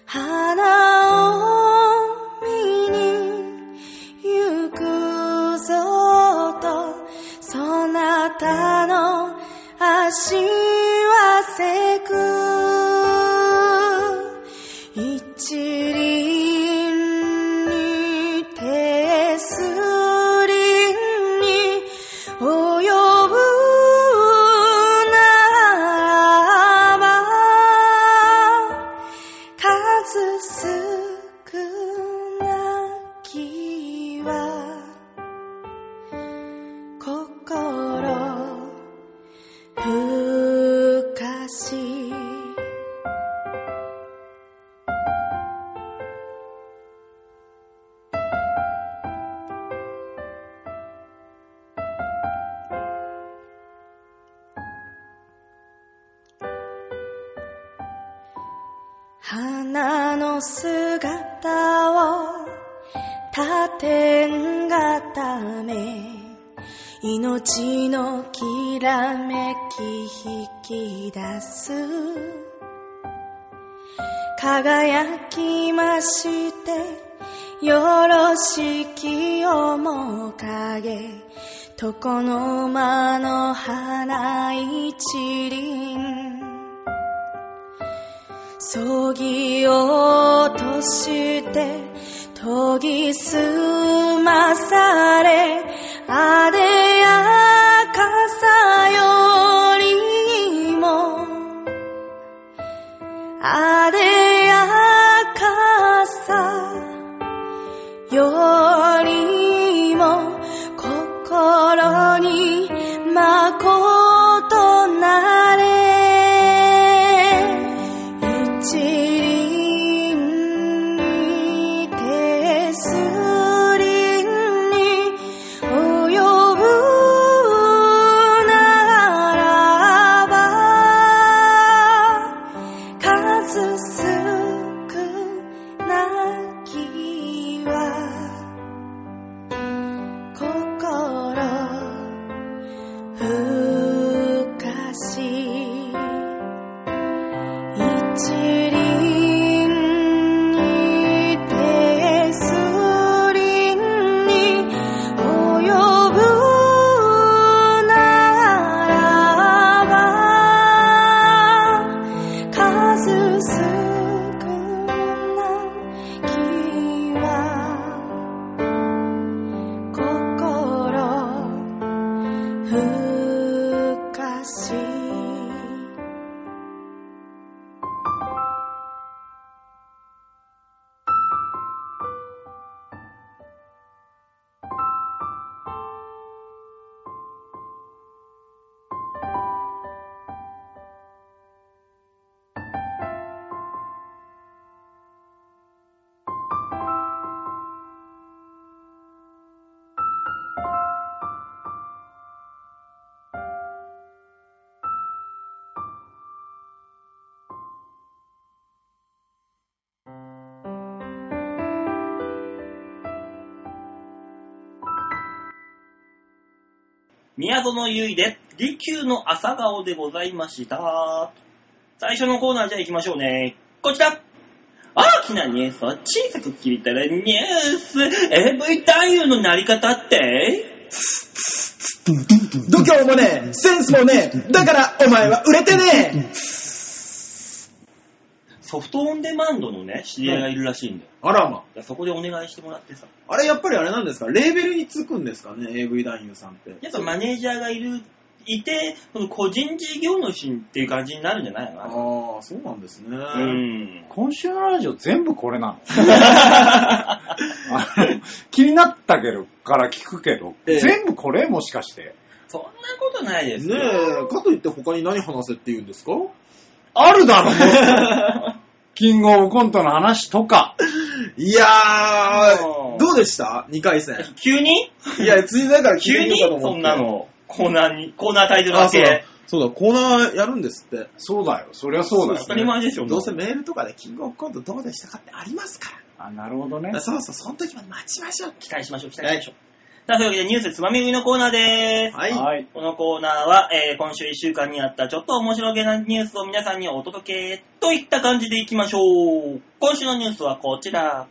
花を見に行くぞとそなたの足はせく一輪に手すりに及ぶならば数少なきは心深し花の姿を他天がため命のきらめき引き出す輝きましてよろしきお面影床の間の花一輪そぎ落として研ぎ澄まされあでやかさよりもあでやかさよりも心にまことなれ一輪に手すりに泳ぐならば数少なきは心ふかし一輪に手すりに及ぶならば数少なきは心ふかし宮園ゆいで、利休の朝顔でございました。最初のコーナーじゃあ行きましょうね。こちら大きなニュースを小さく切りたらニュース !AV 男優のなり方って度胸もねえ、センスもねえ、だからお前は売れてねソフトオンデマンドのね、知り合いがいるらしいんだよ。えあらだま。からそこでお願いしてもらってさ。あれやっぱりあれなんですかレーベルにつくんですかね ?AV 男優さんって。やっぱマネージャーがいる、いて、その個人事業主っていう感じになるんじゃないのあかなあー、そうなんですね。うん。今週のラジオ全部これ <laughs> なのあの気になったけど、から聞くけど、ええ全部これもしかして。そんなことないですねよ。え、かといって他に何話せって言うんですかあるだろ、 <laughs> もっとキングオブコントの話とか。いやうん、ーどうでした ?2 回戦。急にいや、ついだから聞急いてにみようかとそ思ってんなの、コーナーに、コーナータイトルあ、だそうだけ。。そうだ、コーナーやるんですって。そうだよ、そりゃそうだ当よ、たり前でしょ、どうせメールとかでキングオブコントどうでしたかってありますかあ、なるほどねら。。そうそう、その時まで待ちましょう。期待しましょう、期待しましょう。さあ、というわけでニュースつまみ食いのコーナーでーす。はい。はい。このコーナーは、えー今週1週間にあったちょっと面白げなニュースを皆さんにお届けといった感じでいきましょう。今週のニュースはこちら。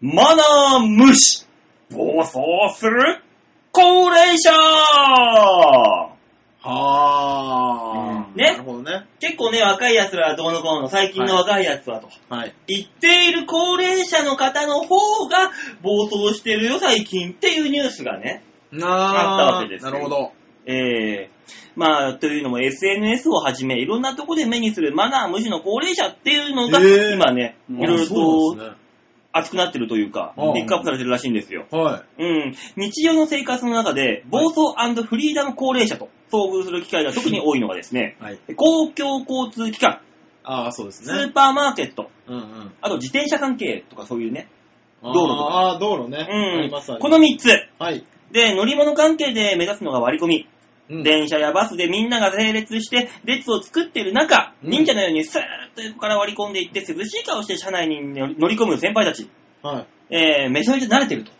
マナー無視暴走する高齢者はうんー。ねなるほどね。結構ね、若い奴らはどうのこうの、最近の若い奴はと。はい。言っている高齢者の方の方が暴走してるよ、最近っていうニュースがね。なあったわけですよなるほど。ええまあ、というのも SNS をはじめ、いろんなとこで目にするマナー無視の高齢者っていうのが、へえ今ね、いろいろそうとなんで熱くなってるというか、うんピックアップされてるらしいんですよ。すね。はうん。日常の生活の中で、暴走フリーダム高齢者と遭遇する機会が特に多いのがです <laughs> ね、い。はい。公共交通機関、ああ、そうですスねー。パーマーケット、うんうん。あと自転車関係とかそういうね、道道路とかあーあー、道路ね。うあんります、ありますこの3つ。はい。で、乗り物関係で目指すのが割り込み。うん電車やバスでみんなが整列して列を作ってる中、うん忍者のようにスーッと横から割り込んでいって涼しい顔して車内に乗り乗り込む先輩たち、はい。えー、めちゃめちゃ慣れてると。。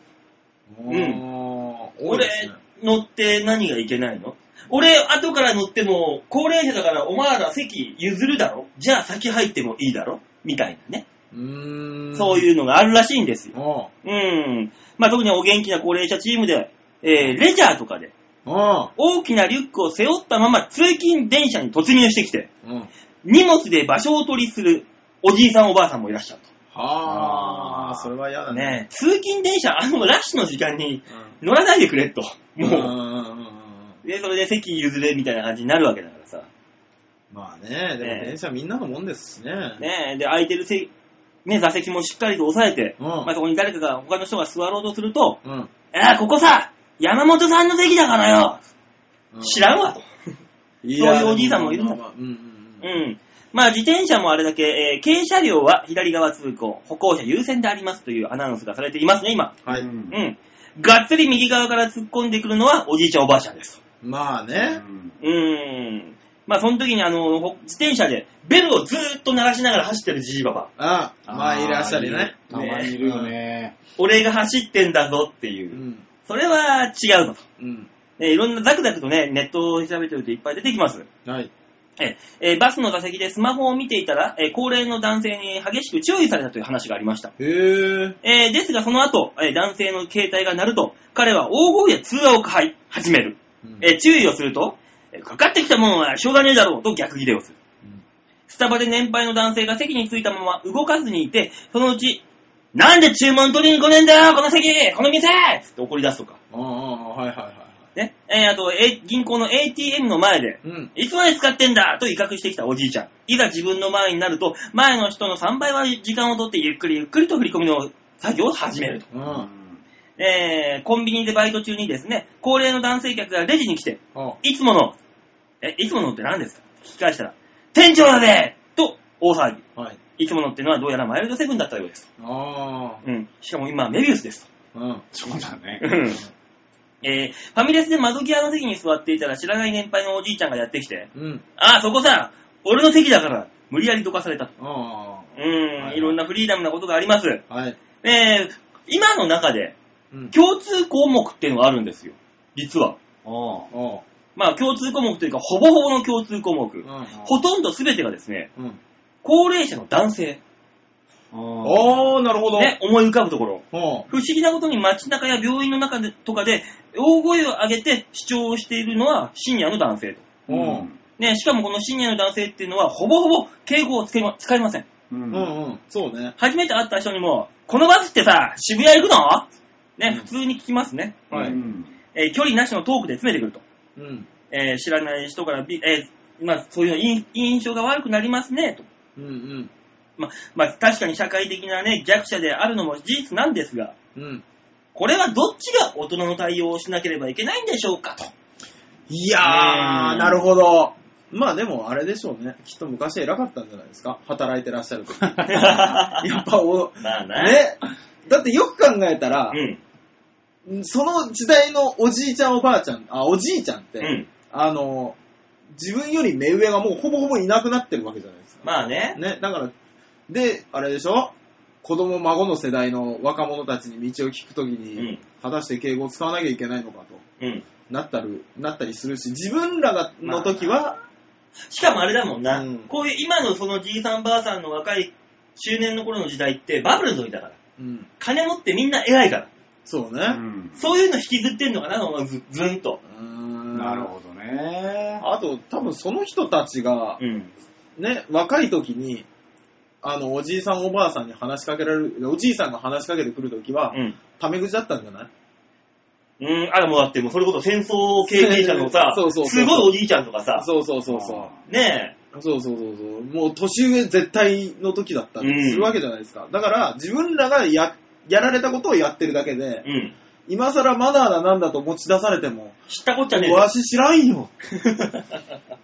うん多い俺ですね。乗って何がいけないの俺、後から乗っても、高齢者だからお前ら席譲るだろじゃあ先入ってもいいだろみたいなね。うーん。そうう。いうのがあるらしいんですよ。あうん。まあ、特にお元気な高齢者チームでは、えー、レジャーとかで、あ。ああ。大きなリュックを背負ったまま通勤電車に突入してきて、うん。は荷物で場所を取りするおじいさんおばあさんもいらっしゃるあ。それは嫌と。だね。ねえ通勤電車、あのラッシュの時間に乗らないでくれと。うん。うんうんもうんうんう。で、それで席譲れみたいな感じになるわけだからさ。まあね、でも電車みんなのもんですしね。ねえ、で、空いてる席、ね、座席もしっかりと押さえて、うんまあ、そこに誰かが、他の人が座ろうとすると、うん。ああ、ここさ、山本さんの席だからよ、知らんわと。いそういうおじいさんもいるんだまあまあうんうんううん。ん。まあ、自転車もあれだけ、えー軽車両は左側通行、歩行者優先でありますというアナウンスがされていますね、今。はい。うん。がっつり右側から突っ込んでくるのはおじいちゃんおばあちゃんです。まあね。うーん。まあ、その時にあの、ほ自転車でベルをずーっと鳴らしながら走ってるじじいばば。ああ、まあいらっしゃるね。たまにいるよね。俺が走ってんだぞってういう。ん。それは違うのと。うん。えーいろんなザクザクとね、ネットを調べてるといっぱい出てきます。はい。えーえーバスの座席でスマホを見ていたら、えー高齢の男性に激しく注意されたという話がありました。へえ。えーですがその後、えー男性の携帯が鳴ると、彼は大声で通話を買い始める。うんえー注意をすると、えーかかってきたものはしょうがねえだろうと逆ギレをする。うんスタバで年配の男性が席に着いたまま動かずにいて、そのうち、なんで注文取りに来ねえんだよこの席この店つって怒り出すとか。ああ、はいはいはいはね。えーあと、えー銀行の ATM の前で、い。うん。いつまで使ってんだと威嚇してきたおじいちゃん。いざ自分の前になると、前の人の3倍は時間を取ってゆっくりゆっくりと振り込みの作業を始めると。うん。あえーコンビニでバイト中にですね、高齢の男性客がレジに来て、あ。いつもの、え、いつものって何ですか聞き返したら、店長だぜと大騒ぎ。はい。いつものってのはどうやらマイルドセブンだったようです。あうん。しかも今はメビウスです。あ。うん。そうだねう。んえーファミレスで窓際の席に座っていたら知らない年配のおじいちゃんがやってきて、うん。ああ、そこさ、俺の席だから、無理やりどかされたと。あうーん、いろんなフリーダムなことがあります。あ。はい。えー今の中でうん。共通項目っていうのがあるんですよ。実は。おうあまあ共通項目というか、ほぼほぼの共通項目。あ。ほとんど全てがですね、うん。うん。高齢者の男性。おあうあ、なるほど。ね、思い浮かぶところ。うん。不思議なことに街中や病院の中でとかで、大声を上げて主張をしているのはシニアの男性と。ううんん。ね、しかもこのシニアの男性っていうのは、ほぼほぼ敬語をつけま使いません。うんう。んうん。そうね。初めて会った人にも、このバスってさ、渋谷行くのね、うん普通に聞きますね。はいうんえー距離なしのトークで詰めてくると。うん。えー知らない人からび、えーまあ、そういうの印印象が悪くなりますね、と。うんうん。まあ、まあ、確かに社会的なね、弱者であるのも事実なんですが、うん。これはどっちが大人の対応をしなければいけないんでしょうか、と。いやー、うんなるほど。まあでも、あれでしょうね。きっと昔偉かったんじゃないですか。働いてらっし <laughs> ゃる時 <laughs> やっぱお、まあね。ね。だってよく考えたら、うん。その時代のおじいちゃんおばあちゃん、あ、おじいちゃんって、うん。あの、自分より目上がもうほぼほぼいなくなってるわけじゃないですか。まあね。ね、だから、で、あれでしょ子供、孫の世代の若者たちに道を聞くときに、うん果たして敬語を使わなきゃいけないのかとうん。なったる、なったりするし、自分らがの時は、しかもあれだもんな。うんこういう今のそのじいさんばあさんの若い中年の頃の時代ってバブルの時だから。うん、金持ってみんな偉いから。そううね。んそういうの引きずってんのかな、お前ずずんと。うーんなるほどね。あと、多分その人たちが、うん。ね、若い時に、あの、おじいさんおばあさんに話しかけられる、おじいさんが話しかけてくる時は、うん。タメ口だったんじゃないうん、あ、もうだってもうそれこそ戦争経験者のさ、そうそうそうすごいおじいちゃんとかさ、そうそうそうそう。ねそうそうそうそう。もう年上絶対の時だったりするわけじゃないですか。だから自分らがや、やられたことをやってるだけでえ、、うん。今更マナーだなんだと持ち出されても、知ったこっちゃねえよわし知らんよ。 <laughs>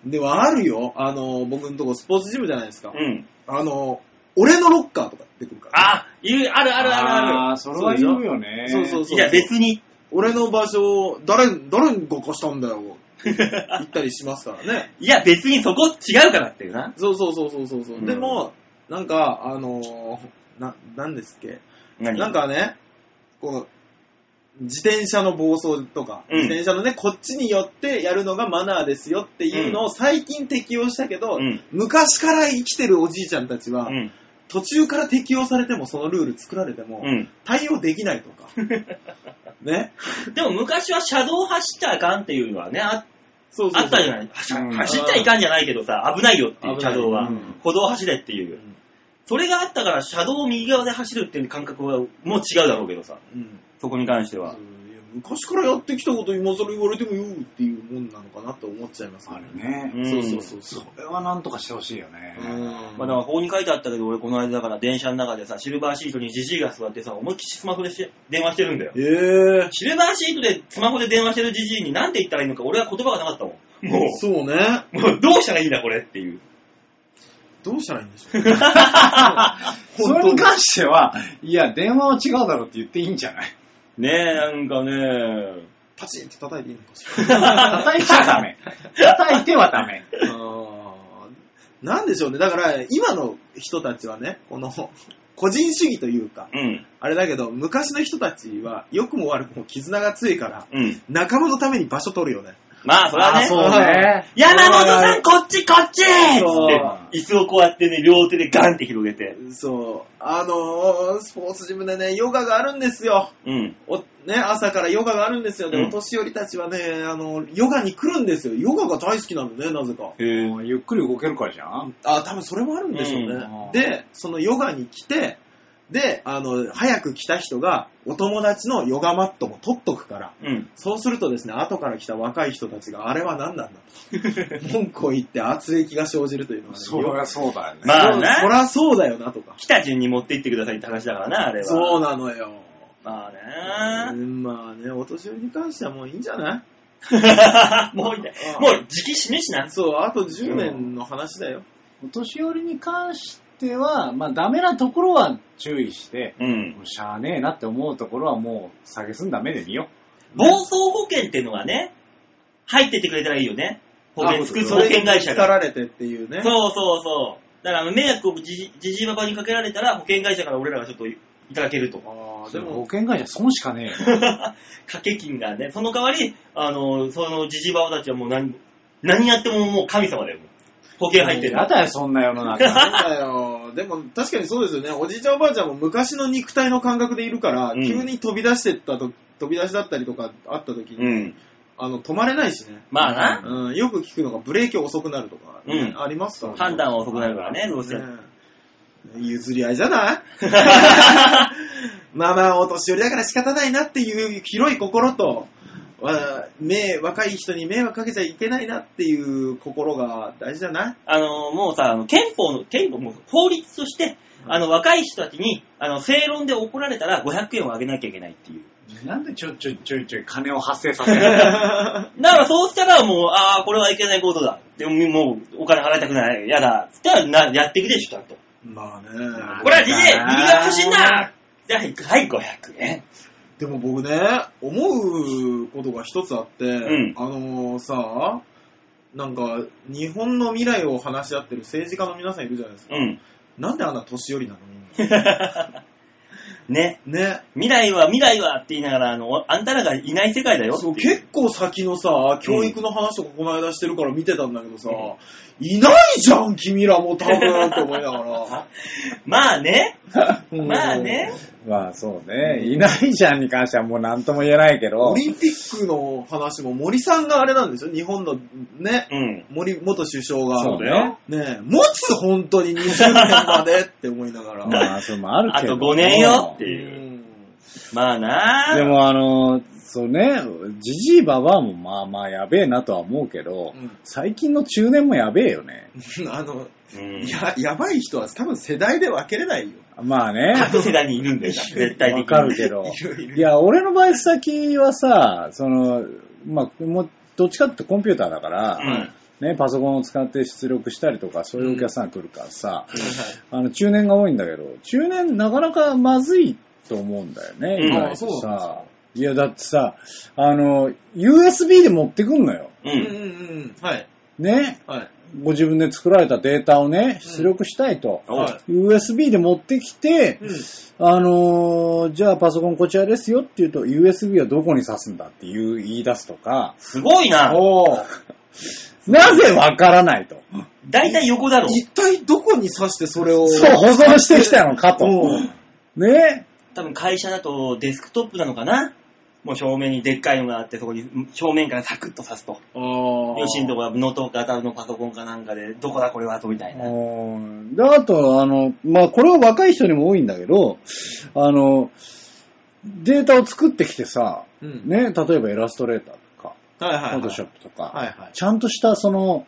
でもあるよ。あの、僕のとこスポーツジムじゃないですか。うん。あの、俺のロッカーとか出てくるから。あ、言う、あるあるあるあある。ーそれは言うよね。そうそういや、別に。 <laughs> 俺の場所を誰、誰に動かしたんだよ。行ったりしますからね。いや、別にそこ違うからっていうな。そうそうそうそうそうそう、うんでも、なんか、あのー、な、なんですっけ。何なん、かね、こう、自転車の暴走とか、うん自転車のね、こっちに寄ってやるのがマナーですよっていうのを最近適用したけど、うん昔から生きてるおじいちゃんたちは、うん。途中から適用されてもそのルール作られても、うん。対応できないと <laughs> か。ね。でも昔は車道走っちゃいかんっていうのはね、あそうそうそうあったじゃない走うん走っちゃいかんじゃないけどさ、危ないよっていう危車ない道はうん。歩道走れっていう。それがあったから車道を右側で走るっていう感覚はもう違うだろうけどさ、うんそこに関しては。いや昔からやってきたこと今更言われてもよっていうもんなのかなと思っちゃいますあよれ。ね。うんそうそうそうそう。これはなんとかしてほしいよね。まあ、だから法に書いてあったけど、俺この間だから電車の中でさ、シルバーシートにジジイが座ってさ、思いっきりスマホでし電話してるんだよ。ええシルバーシートでスマホで電話してるジジイに何て言ったらいいのか俺は言葉がなかったもん。もそうね。う、もうどうしたらいいんだこれっていう。どうしたらいいんでし <laughs> ょう。それに関しては、いや、電話は違うだろうって言っていいんじゃ <laughs> ないねえ、なんかねパチンって叩いていいのかし叩いちゃダメ。叩いてはダメ。ら。あーなんでしょうね。だから、今の人たちはね、この、個人主義というか、うん、あれだけど、昔の人たちは、良くも悪くも絆が強いから、うん。仲間のために場所取るよね。まあ、それはね。うね。山本さん、こっち、こっちそうって、椅子をこうやってね、両手でガンって広げて。そう。あのー、スポーツジムでね、ヨガがあるんですよ。うん。おね、朝からヨガがあるんですよね。うんお年寄りたちはね、あの、ヨガに来るんですよ。ヨガが大好きなのね、なぜか。へえもうゆっくり動けるからじゃん。あ、多分それもあるんでしょうね。うんで、そのヨガに来て、で、あの、早く来た人が、お友達のヨガマットも取っとくから、うん。そうするとですね、後から来た若い人たちが、あれは何なんだ <laughs> と。文句を言って圧力が生じるというのはね、そりゃそうだよね。まあそなそらそうだよなとか。来た順に持って行ってくださいって話だからな、あれは。そうなのよ。まあうね <laughs> んまあね、お年寄りに関してはもういいんじゃないもういいんだうんもう、時期示しな。そう、あと10年の話だよ。お年寄りに関しては、まあ、ダメなところは注意して、うん。もうしゃあねえなって思うところはもう、下げすんだ目で見よ暴走保険ってのがね、入っててくれたらいいよね。保険、つく保険会社それに引っ張が。られてっていうね。そうそうそう。だからあの、迷惑をじじじじいばばにかけられたら、保険会社から俺らがちょっといただけると。 <laughs> あう。ーで保も、険会社損しかねえよ。掛け金がね、その代わり、あの、そのジジバオたちはもう何、何やってももう神様だよ、もう。保険入ってる。やだよ、そんな世の中。なんだよ。でも確かにそうですよね。おじいちゃんおばあちゃんも昔の肉体の感覚でいるから、うん急に飛び出してったと、飛び出しだったりとかあった時に、うん。あの、止まれないしね。まあな、うん、よく聞くのがブレーキ遅くなるとか、ねうんありますから、判断は遅くなるからね、どうせ。ね譲り合いじゃない <laughs> まあまあお年寄りだから仕方ないなっていう広い心と、わ目若い人に迷惑かけちゃいけないなっていう心が大事じゃないあの、もうさ、あの憲法の、憲法もう法律として、あの、若い人たちに、あの、正論で怒られたら500円をあげなきゃいけないっていう。なんでちょいちょいちょいちょい金を発生させるのだからそうしたらもう、ああ、これはいけないことだ。でも、もう、お金払いたくない。やだ。つったらな、やっていくでしょ、ちゃんと。まああね。これはジジイ右が不審だじゃあ、はい、500円。でも僕ね、思うことが一つあって、んあのさ、なんか日本の未来を話し合ってる政治家の皆さんいるじゃないですか。うん。 <laughs> なんであんな年寄りなのね。みんなね。未来は未来はって言いながら、あの、あんたらがいない世界だよってい。そうう結構先のさ、教育の話とかこの間してるから見てたんだけどさ、いないじゃん、君らも多分って思いながら。まあ <laughs> ね。うんまあね。 <laughs> まあそうね。いないじゃんに関してはもう何とも言えないけどオ。リンピックの話も森さんがあれなんですよ、日本のね、うん。森元首相が。そうだよ。ねえ、持つ本当に20年までって思いながら。まあ、それもあるあけど。と5年よってういう。んまあなでもあの、そうね、ジジイババアもまあまあやべえなとは思うけど、うん最近の中年もやべえよね。あの、うん。や、やばい人は多分世代で分けれないよ。まあね。各世代にいるんだ <laughs> よ、絶対的に。わかるけ <laughs> ど。いるいるいや、俺の場合先はさ、その、まあ、もうどっちかっていうとコンピューターだから、ね、パソコンを使って出力したりとか、そういうお客さんが来るからさ、あの、中年が多いんだけど、中年なかなかまずいと思うんだよね、うん意外あそうとなんですさか。いや、だってさ、あの、USB で持ってくんのよ。ううんうんん。うん。はい。ね。はい。ご自分で作られたデータをね、出力したいと。おは USB で持ってきてう、ん。あのーじゃあパソコンこちらですよって言うと、USB はどこに挿すんだっていう言い出すとか、すごいな。おー <laughs> なぜわからないと。大体横だろ。一体どこに刺してそれを。そう、保存してきたのかと。うんね。多分会社だとデスクトップなのかなもう正面にでっかいのがあって、そこに正面からサクッと刺すと。ああ。よしんとこはノート型のパソコンかなんかで、どこだこれはとみたいな。うんで、あと、あの、まあ、これは若い人にも多いんだけど、あの、データを作ってきてさ、うん。ね、例えばイラストレーターとか、はいはいはい。フォトショップとか、はいはい。ちゃんとしたその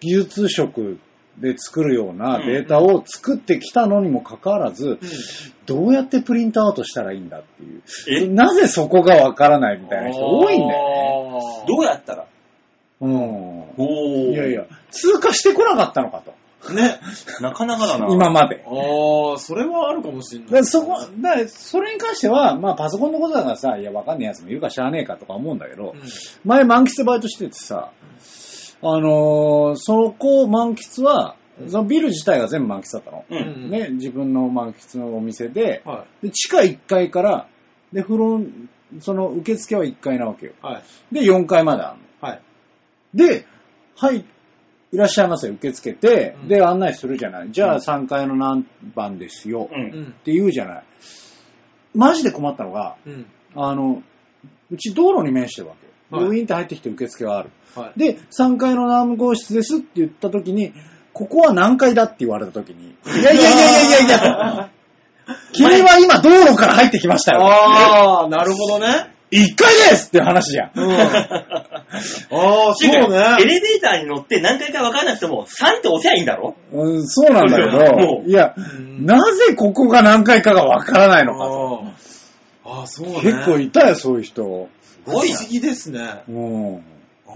技術職で作るようなデータを作ってきたのにもかかわらず、どうやってプリントアウトしたらいいんだっていう。えなぜそこがわからないみたいな人多いんだよね。よどうやったらうおん。いやいや、通過してこなかったのかと。ね。なかなかだな。今まで。ああ、それはあるかもしれだかならい。そこ、だからそれに関しては、まあパソコンのことだからさ、いや、わかんねえやつもいるからしゃあねえかとか思うんだけど、うん。前満喫バイトしててさ、あのーそこ満喫は、そのビル自体が全部満喫だったの。う。うんん。ね、自分の満喫のお店で、はで地下1階から、で、風呂、その受付は1階なわけよ。い。はい。で、4階まであるの。はい。で、はい、いらっしゃいませ、受け付けて、うんで、案内するじゃない。じゃうんあ3階の何番ですよ、うっん。ん。て言うじゃない。マジで困ったのが、うん。あの、うち道路に面してるわけはいよ。でウィーンって入ってきて受付がある。はい。で、3階の何号室ですって言った時に、ここは何階だって言われた時に、いやいやいやいやいやいや、君は今道路から入ってきましたよ。ああ、なるほどね。 1階ですっていう話じゃん。うん。 <laughs> ああ、そエうね。レベーターに乗って何回か分からなくても、3って押せばいいんだろうん、そうなんそだうだよもけど、ういや、うんなぜここが何階かがわからないのかと。あーあー、そうね。結構いたよ、そういう人。すごい不思議ですね。うん。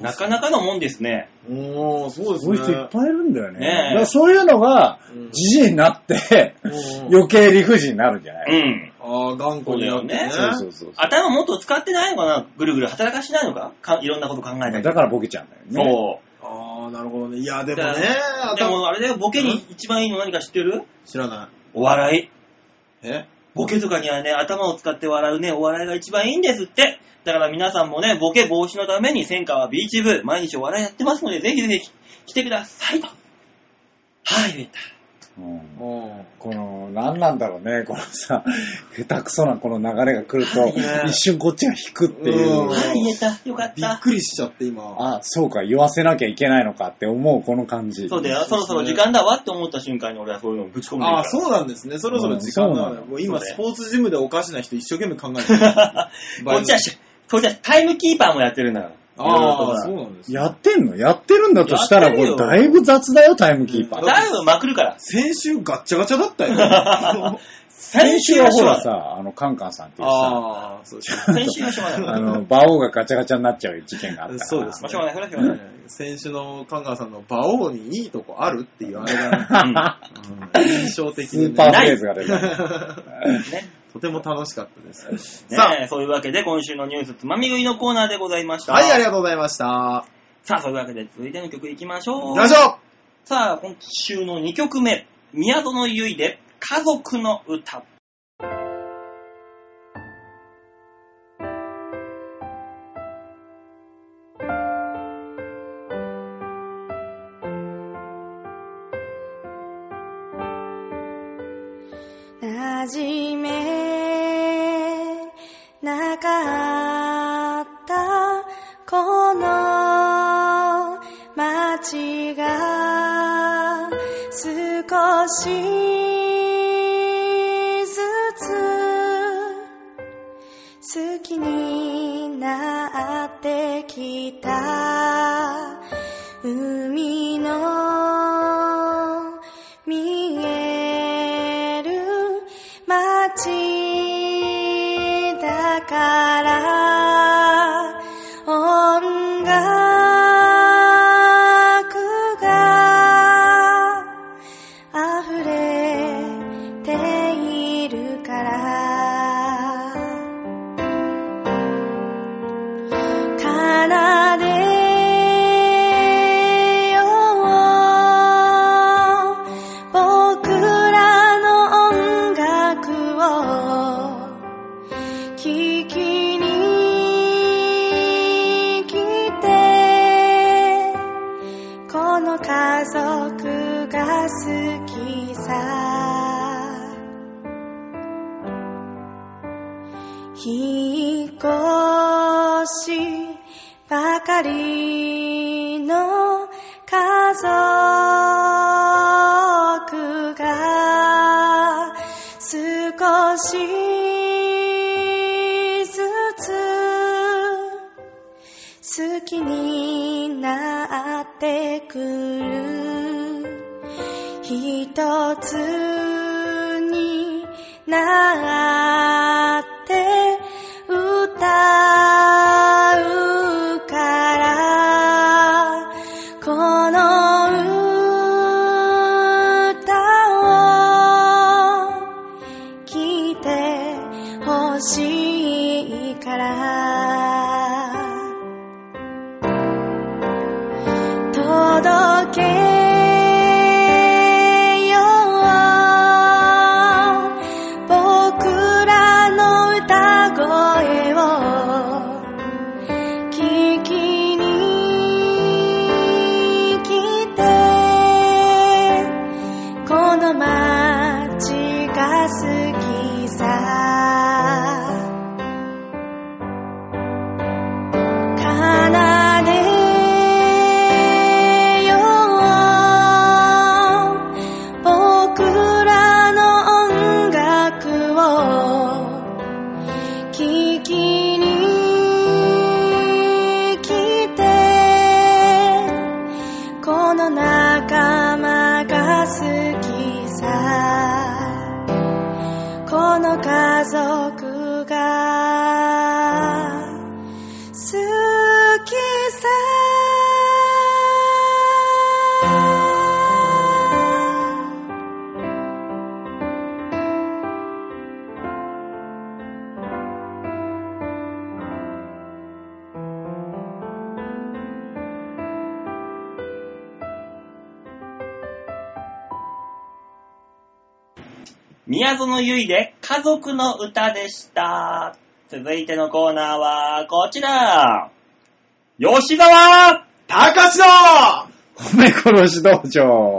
なかなかのもんですね。おー、そうですそうね。いう人いっぱいいるんだよね。ねえだからそういうのがうん、じじいになって、うん余計理不尽になるんじゃなうい、ん。ああ、頑固になってね。そそうそうそうそ頭もっと使ってないのかなぐるぐる働かしてないのかかいろんなこと考えたう。り。だからボケちゃうんだよね。そああ、なるほどね。いや、でもだかね、う。で頭もあれだよ、ボケに一番いいの何か知ってる知らない。お笑い。えボケとかにはね、頭を使って笑うね、お笑いが一番いいんですって。だから皆さんもね、ボケ防止のために、戦火はビーチ部、毎日お笑いやってますので、ぜひぜひ来てくださいと。はい、言った。うんうん。この、何なんだろうね、このさ、下手くそなこの流れが来ると、ね一瞬こっちが引くっていううん。はい、言えた。よかっ。びったくりしちゃって、今。あ、そうか、言わせなきゃいけないのかって思う、この感じ。そうだよ、そろそろ時間だわって思った瞬間に俺はそういうのをぶち込んでいくから。ああ、そうなんですね。そろそろ時間なのようんそうなのもう今、そうだよスポーツジムでおかしな人一生懸命考えてる。 <laughs> こっちはし、こっちはタイムキーパーもやってるんだから。ああ、そうなんですね。やってんのやってるんだとしたら、やっこてるよれだいぶ雑だよ、タイムキーパあー。うんだいぶまくるから。先週ガッチャガチャだったよ。先週はほらさ、あの、カンカンさんっていうさ、ああ、そうです先週はしょうがなあい。の、馬王がガチャガチャになっちゃう事件があったから。そうですまあしょうがない、それはしょうがない。ね。先週のカンガーさんの馬王にいいとこあるっていうあれがね、うん印象的 <laughs> スでーパーフね。レーズが出た。ねとても楽しかったです。さねえ、そういうわけで今週のニュースつまみ食いのコーナーでございましあ、た。はい、ありがとうございました。さあ、そういうわけで続いての曲いきましょ行う。きましょうさあ、今週の2曲目、宮園ゆいで家族の歌。なじめなかったこの街が少しずつ好きになってきた海の見える街だから音楽が溢れこの家族が好きさ引っ越しばかりの家族が少しずつ好きになってくる一つになって歌うからこの歌を聞いてほしいから届けよう僕らの歌声を聞きに来てこの街が好きさ奏でよう僕らの音楽を聞きに来てこの仲間が好きさこの家族が好きさ宮園ゆいで家族の歌でした。続いてのコーナーはこちら。吉沢たかしの <laughs> 米殺し道場。 <laughs>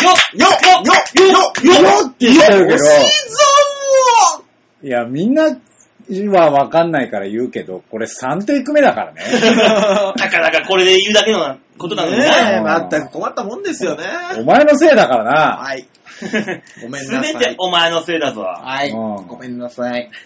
よよよよよよって言ってるけどよしぞいや、みんなはわかんないから言うけど、これ3テイク目だからね。 <laughs> たかだかこれで言うだけのことなのにねね。え、まったく困ったもんですよね。お前のせいだからな。はい。 <laughs> ごめんすなさい。べてお前のせいだぞ。はい。うんごめんなさい。 <laughs>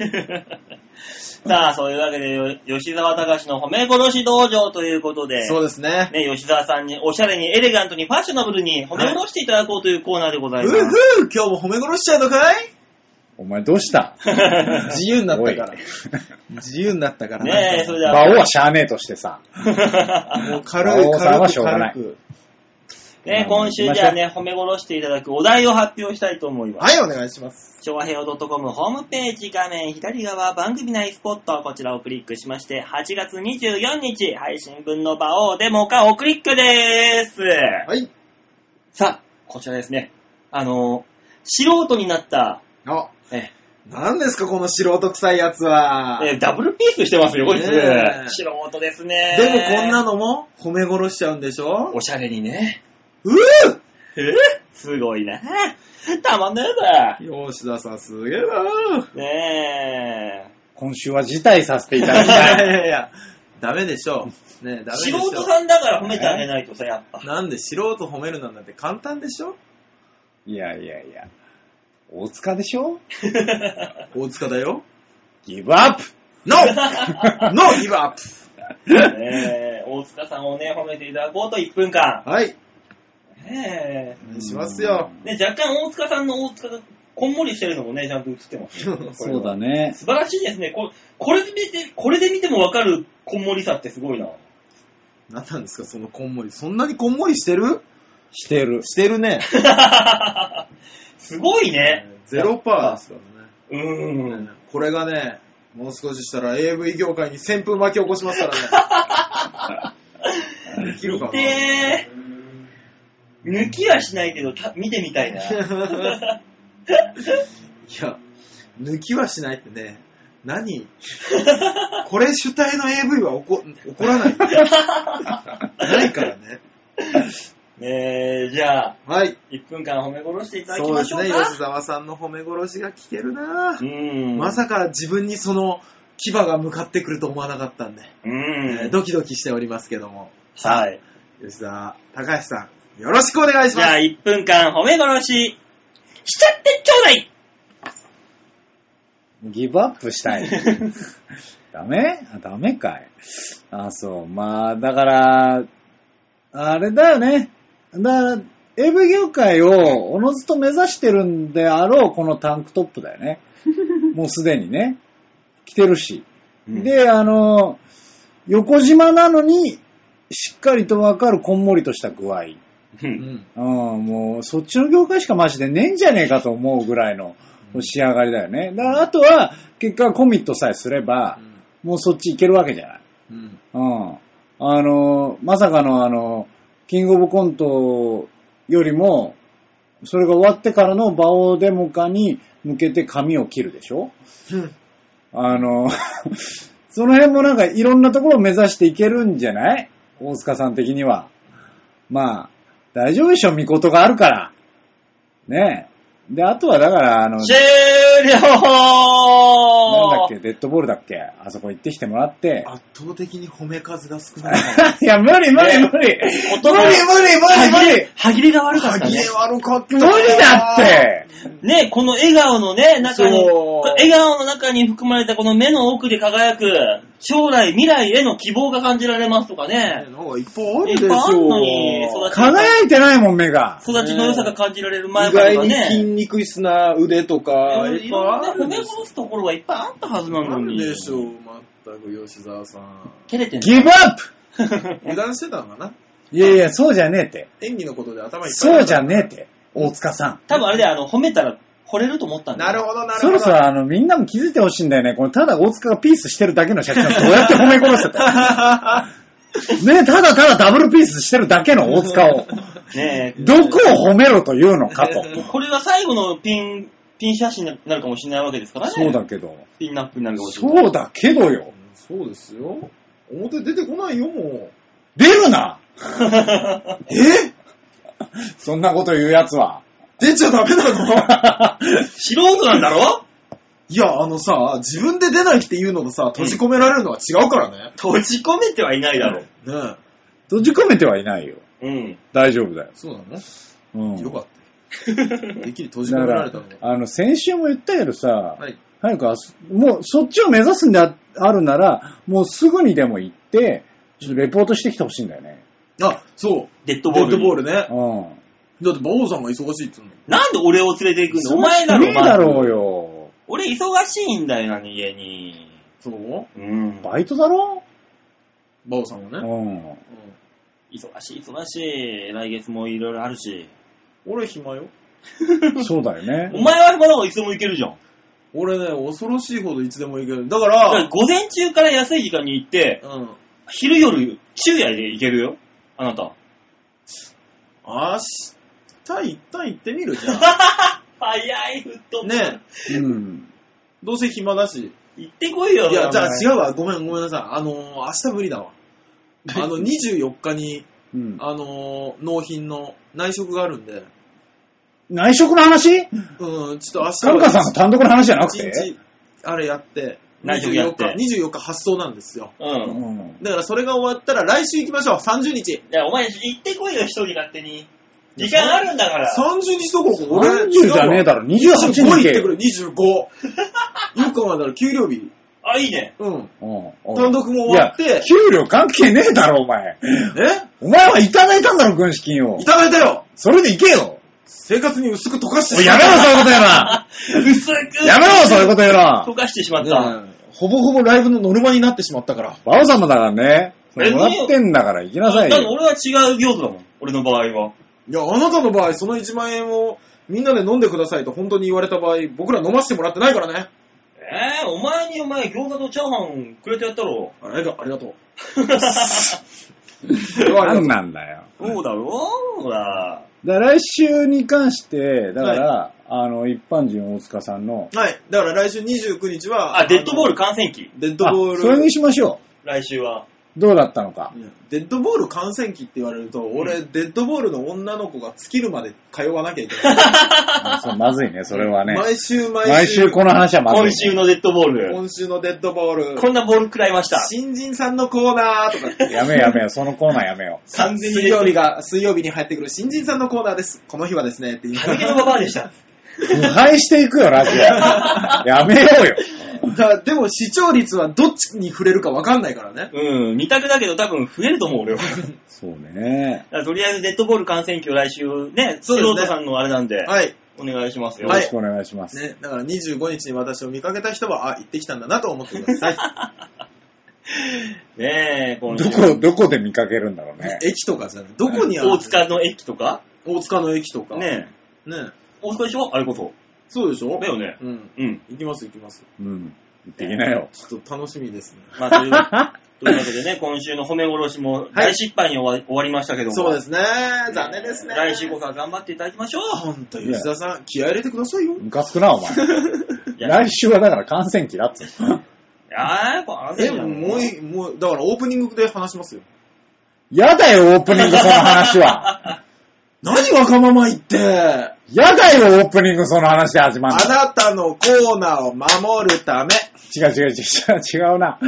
さあ、そういうわけで、よ吉沢隆の褒め殺し道場ということで、そうですね。ね、吉沢さんにおしゃれにエレガントにファッショナブルに褒め殺していただこうというコーナーでござふいまうす。ふう、今日も褒め殺しちゃうのかいお前どうした自由になったからおい。自由になったか <laughs> ら。ね <laughs> え、それで馬は。王はしゃあねえとしてさ。もう軽い、馬王さ軽んはく、しょうがな軽いく。ね、今週じゃあね、褒め殺していただくお題を発表したいと思います。はい、お願いします。昭和平和 .com ホームページ画面左側番組内スポット、こちらをクリックしまして、8月24日配信分の場をデモ化をクリックでーす。はい。さあ、こちらですね。あの、素人になった、あ、え何ですか、この素人臭いやつは。えーダブルピースしてますよ、こいつ。ねえ素人ですね。でもこんなのも褒め殺しちゃうんでしょおしゃれにね。うえーすごいな。たまんねえぅ吉田さんすげえなぜ。ねえ。今週は辞退させていただいきたやい。いやいや、ダメでしょう。ねえダメで素しょ人さんだから褒めてあげないとさ、やっぱ。なんで素人褒めるなんて簡単でしょいやいやいや。大塚でしょ大塚だよ。ギブアップ NO! <laughs> NO! ギブアップねえ <laughs> 大塚さんをね、褒めていただこうと1分間。はい。ねお願いしますよ。え。ね、若干大塚さんの大塚がこんもりしてるのもね、ちゃんと映ってますよ。そうだね。素晴らしいですね。ここれで見て、これで見てもわかるこんもりさってすごいな。何なんですか、そのこんもり。そんなにこんもりしてるしてる。してる <laughs> ね。すごいね。 0%ですからね。うーん。これがね、もう少ししたら AV 業界に旋風巻き起こしますから <laughs> ね。できるかなで、抜きはしないけど、た見てみた <laughs> いな。いや、抜きはしないってね、何これ主体の AV は怒怒らない。ないからね。ねえ、じゃあ、はい。 1分間褒め殺していただきそうまでしすょうね、か。吉沢さんの褒め殺しが聞けるなぁ、うん。まさか自分にその牙が向かってくると思わなかったんで、うん。ドキドキしておりますけども。はい。吉沢、高橋さん、よろしくお願いしじますゃあ、。1分間褒め殺し、しちゃってちょうだいギブアップしたい。 <laughs> ダメあダメかい。あ、そう。まあ、だから、あれだよね。だから、AV 業界をおのずと目指してるんであろう、このタンクトップだよね。もうすでにね。着てるし。で、あの、横縞なのに、しっかりとわかるこんもりとした具合。う、うんん。うん、もう、そっちの業界しかマジでねえんじゃねえかと思うぐらいの仕上がりだよね。だから、あとは、結果コミットさえすれば、もうそっち行けるわけじゃない。うん。うん。あの、まさかのあの、キングオブコントよりも、それが終わってからの場をデモ化に向けて髪を切るでしょうんあの、 <laughs> その辺もなんかいろんなところを目指していけるんじゃない大塚さん的には。まあ、大丈夫でしょ、見事があるから。ねえ。で、あとはだから、あの、なん終だ了っけ、デッドボールだっけ、あそこ行ってきてもらって。圧倒的に褒め数が <laughs> 少ない。 <laughs> いや、無理無理無理。無音が理無理無理無理。歯切れが悪かった歯切ねれ。悪かった無な。理だってね、この笑顔のね、中に、そう笑顔の中に含まれたこの目の奥で輝く、将来、未来への希望が感じられますとかね。なんかいっぱいあるいでっしぱいあんのに、ょ。育ちの <laughs> 輝いてないもん、目が。育ちの良さが感じられる前意か外らに筋ね。肉質な腕とか、いいっぱいあろんなる褒め殺すところはいっぱいあったはずなのに。でしょう、まったく吉沢さん。照れてんのギブアップ油断してたのかないやいや、そうじゃねえって。演技のことで頭いっぱいそうじゃん。ねえって。大塚さん。 <laughs> 多分あれで、あの、褒めたら惚れると思ったんだなよるほど、なるほど。そろそろあの、みんなも気づいてほしいんだよね。このただ大塚がピースしてるだけの写真をどうやって褒め殺してた <laughs> ねただただダブルピースしてるだけの大塚を、ねえどこを褒めろというのかと。もうこれが最後のピン、ピン写真になるかもしれないわけですからね。そうだけど。ピンナップになるかもしれない。そうだけどよ。そうですよ。表出てこないよ、も出る <laughs> なう。えそんなこと言うやつは。出ちゃダメなの <laughs> 素人なんだろいや、あのさ、自分で出ないっていうのもさ、閉じ込められるのは違うからね。閉じ込めてはいないだろう。ねえ。閉じ込めてはいないよ。うん。大丈夫だよ。そうなの、うん。よかった。てっきり閉じだ込かめられらたのか、あの、先週も言ったけどさ、はい。早くあす、もうそっちを目指すんでああるなら、もうすぐにでも行って、ちょっとレポートしてきてほしいんだよね。あ、そう。デッドボデーッル。ドボールね。だうん。って、馬王さんが忙しいって言うなの。んで俺を連れて行くんだお前だろ、ねえだまろずうよ。俺忙しいんだよ、何家に。そううん。バイトだろ馬王さんうはね。ん。うん忙しい、忙しい。来月もいろいろあるし。俺暇よ。そうだよね <laughs> お。前はまだいつでも行けるじゃん。俺ね、恐ろしいほどいつでも行ける。だかだからら、午前中から安い時間に行って、うん。昼夜、昼夜で行けるよ。あなた。明日一旦行ってみるじゃん。早い、フットねうん。どうせ暇だし。行ってこいよ。いや、じゃあお前違うわ。ごめん、ごめんなさい。あのー、明日無理だわ。あの、24日に、うん、あのー、納品の内職があるんで、内職の話うん、ちょっと明日カルカさんの単独の話じゃなくて1日、あれやって、内職やって24日、24日発送なんですよ。ううん。ん。だからそれが終わったら来週行きましょう。30日。いや、お前行ってこいよ、一人勝手に。時間あるんだから。 30日どころか俺、 30じゃねえだろ、28日25行っ行けてくよ。る、25。よく考えたら給料日。あ、いいね。うん。うん単独も終わっていや給料関係ねえだろ、お前。えお前はいただいたんだろ、軍資金をい。ただいたよそれで行けよ。生活に薄く溶かし <laughs> おていやめろ、そういうことやな。あ、薄く。やめろ、そういうことやな。溶かしてしまっねた。えほぼほぼライブのノルマになってしまったから。バオ様だからね。えもらってんだから行きなさいだってよ。俺は違う業務だもん。俺の場合は。いや、あなたの場合、その1万円をみんなで飲んでくださいと本当に言われた場合、僕ら飲ませてもらってないからね。えー、お前にお前餃子とチャーハンくれてやったろ。あれが、ありがとう。なんなんだよ。そうだろほら。だから来週に関して、だから、あの、一般人大塚さんの、はい。だから来週29日は、あ、デッドボールル。感染期。デッドボーあル。それにしましょ来週は。う。どうだったのか <laughs> う。んデッドボール感染期って言われると、俺、デッドボールの女の子が尽きるまで通わなきゃいけない。あそうまずいね、それはね。毎週毎週。毎週この話はまずい。今週のデッドボール。今週のデッドボール。こんなボール食らいました。新人さんのコーナーとか。やめよやめよ、そのコーナーやめよ。完全に水曜日が、水曜日に入ってくる新人さんのコーナーです。この日はですね、って言いなはがみ出のババアでした。 <laughs> 腐敗していくよ、ラジオ。やめようよ。らでも視聴率はどっちに触れるかわかんないからね。うん、二択だけど多分増えると思う、 <laughs> 俺は。だかそうね。らとりあえずデッドボール感染期を来週ね、そうですね素人さんのあれなんで、はい。お願いしますよ。よろしくお願いします。ね、だから25日に私を見かけた人は、あ、行ってきたんだなと思ってください。ねえ、このどこ、どこで見かけるんだろう <laughs> ね。駅とかじゃない。どこにある大。塚の駅とか、大塚の駅とか。ね。ねえ、大塚でしょあれこそ。そうでしょだよね。うん。うん。行きます行きます。うん。言ってきな <laughs> よ。ちょっと楽しみですね。まあ、という <laughs> というわけでね、今週の褒め殺しも大失敗に終わ,、終わりましたけども。そうですね。残念ですね。来週こそは頑張っていただきましょう。ほんと、吉田さん、気合い入れてくださいよ。ムカつくな、お前。いや、来週はだから感染期だっつうのあー、これえ、もうい、もう、だからオープニングで話しますよ。やだよ、オープニングその話は。 <laughs> 何わがまま言って。やだよ、オープニングその話で始まあるの。なたのコーナーを守るため。違う違う違う違う違うな。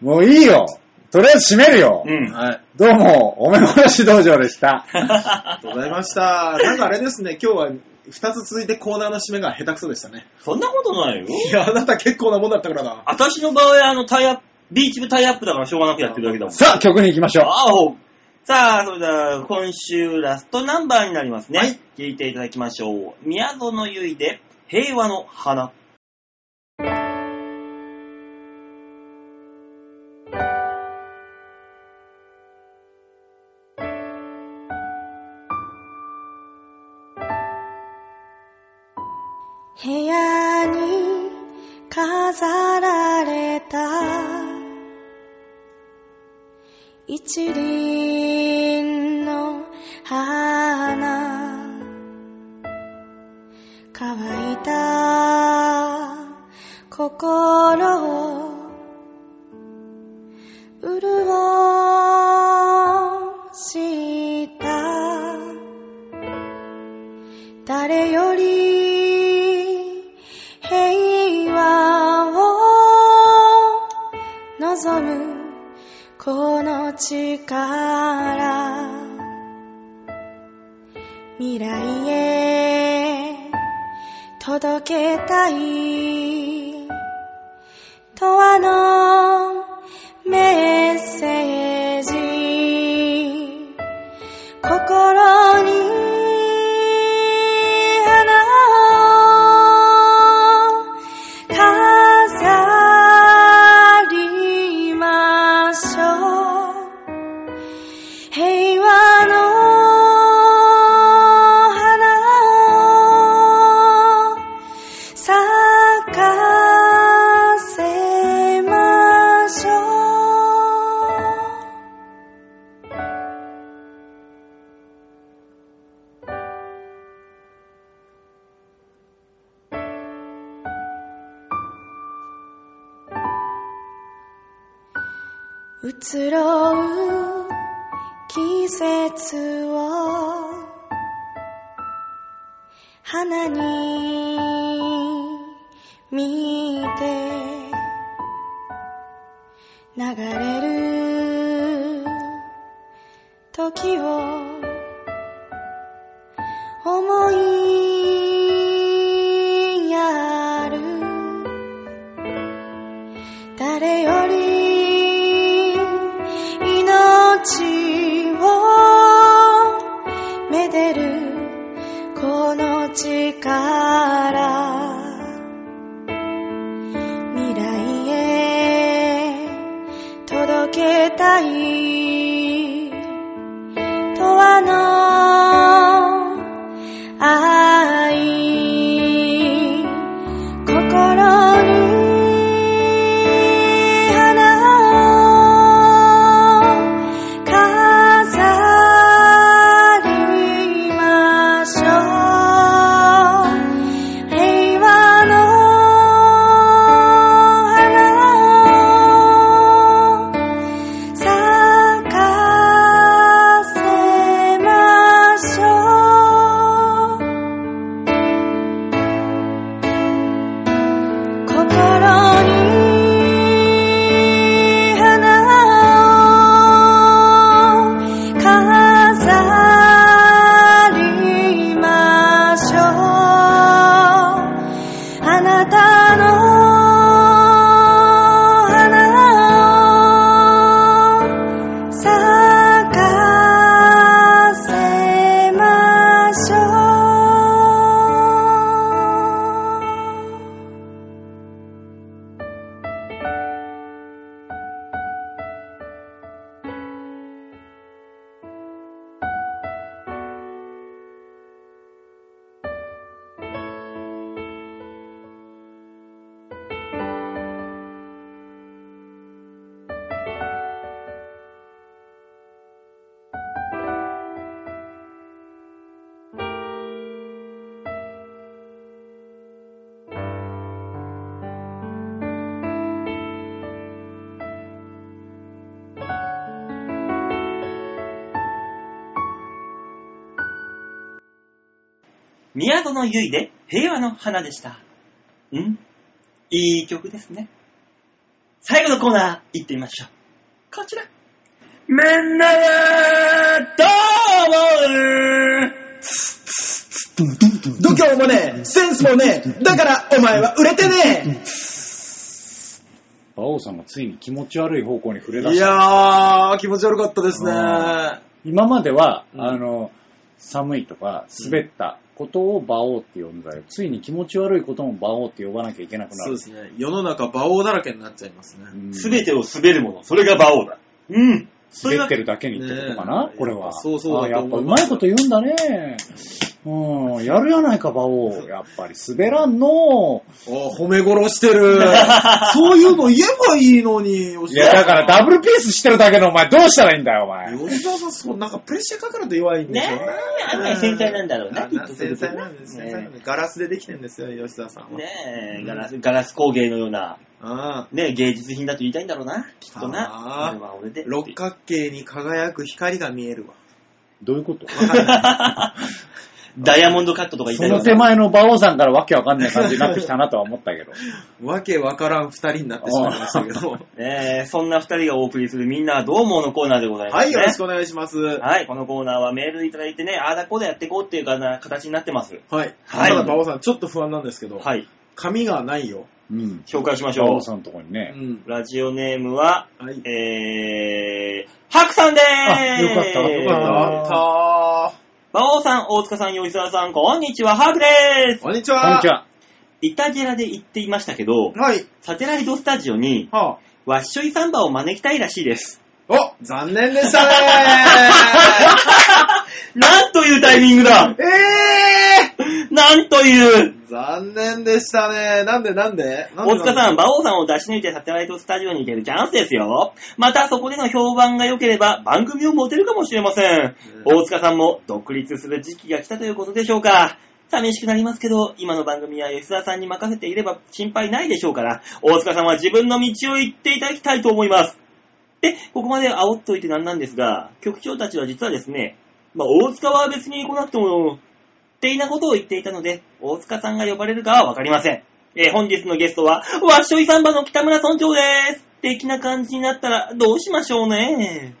もういいよ。とりあえず閉めるよ。うん。はい。あどうも、おめ殺し道場で <laughs> した。りがとうございました。なんかあれですね、今日は2つ続いてコーナーの締めが下手くそでしたね。そんなことないよ。いや、あなた結構なもんだったからな。私の場合は、あの、タイアップ、ビーチ部タイアップだからしょうがなくやってるだけだもん。さあ、曲に行きましょう。あおさあ、それでは、今週ラストナンバーになりますね。はい聞いていただきましょう。宮園ゆいで、平和の花。部屋に飾られた一輪の花乾いた心を潤した誰より平和を望むこの力未来へ届けたい永遠のメッセージ心に花を飾りましょう平和の花を咲かせましょう移ろう季節を花に見て流れる時を思いやる誰より命をめでるこの力未来へ届けたい永遠の愛心に花を飾りましょう宮戸のゆいで平和の花でした。うんいい曲ですね。最後のコーナー、行ってみましょう。こちら。みんなはどう思う度胸もねえ、センスもねえ、だからお前は売れてね馬王さんがついに気持ち悪い方向に触れ出え。いした。やー、気持ち悪かったですね。あ今までは、うんあの、寒いとか滑ったことを馬王って呼んだよ。ついに気持ち悪いことも馬王って呼ばなきゃいけなくなそうるで。すね。世の中、馬王だらけになっちゃいますね。うんすべてを滑るもの、それが馬王だ。うん。それ滑がってるだけにってことかな、ねえこれは。そうそうあだやとっぱ思ういまますいこと言うんだね。うん、やるやないか、<laughs> 馬王。やっぱり滑らんの。お褒め殺してる。 <laughs> そういうの言えばいいのに、いや、だからダブルピースしてるだけのお前、どうしたらいいんだよ、お前。吉沢さん、そう、なんかプレッシャーかかると弱いんでねすよね。え、案外繊細なんだろうな、あきっと繊細なんですね。繊細なんですガラスでできてるんですよ、吉沢さんは。ねえ、ガラス、ガラス工芸のような、ああねえ、芸術品だと言いたいんだろうな、きっとな。あー俺は俺で。六角形に輝く光が見えるわ。どういうことダイヤモンドカットとか言いそたいよのな手前の馬王さんからわけわかんない感じになってきたなとは思ったけど。わけわからん二人になってしまいました <laughs> けど。ねえ、そんな二人がお送りするみんなはどう思うのコーナーでございまはす、い、ね。よろしくお願いします。ははい、このコーナーはメールいただいてね、ああだこうだやっていこうっていうかな形になってます。い。はいただ、馬王さん、ちょっと不安なんですけど、はい、紙がないよ。うん。紹介しまし馬ょ王う。さんのとこにうね。ん。ラジオネームは、はい。えー、ハクさんでーすあよかったよかっ馬王さん、大塚さん、吉沢さん、こんにちは、ハクでーたすこんにちは。こんにちは。イタジェラで言っていましたけど、はい。サテライトスタジオに、はわっしょいサンバを招きたいらしいです。あ、お残念でしたねなんというタイミングだーえなんというー残念でしたねなんでなんでなんで大塚さん、なんで馬王さんを出し抜いてサテライトスタジオに行けるチャンスですよ。またそこでの評判が良ければ番組を持てるかもしれません。大塚さんも独立する時期が来たということでしょうか。寂しくなりますけど、今の番組は吉田さんに任せていれば心配ないでしょうから、大塚さんは自分の道を行っていただきたいと思います。で、ここまで煽っといてなんなんですが、局長たちは実はですね、まあ、大塚は別に来なくても、っていなことを言っていたので、大塚さんが呼ばれるかはわかりません。えー本日のゲストは、わっしょいサンバの北村村長です。的な感じになったら、どうしましょうね。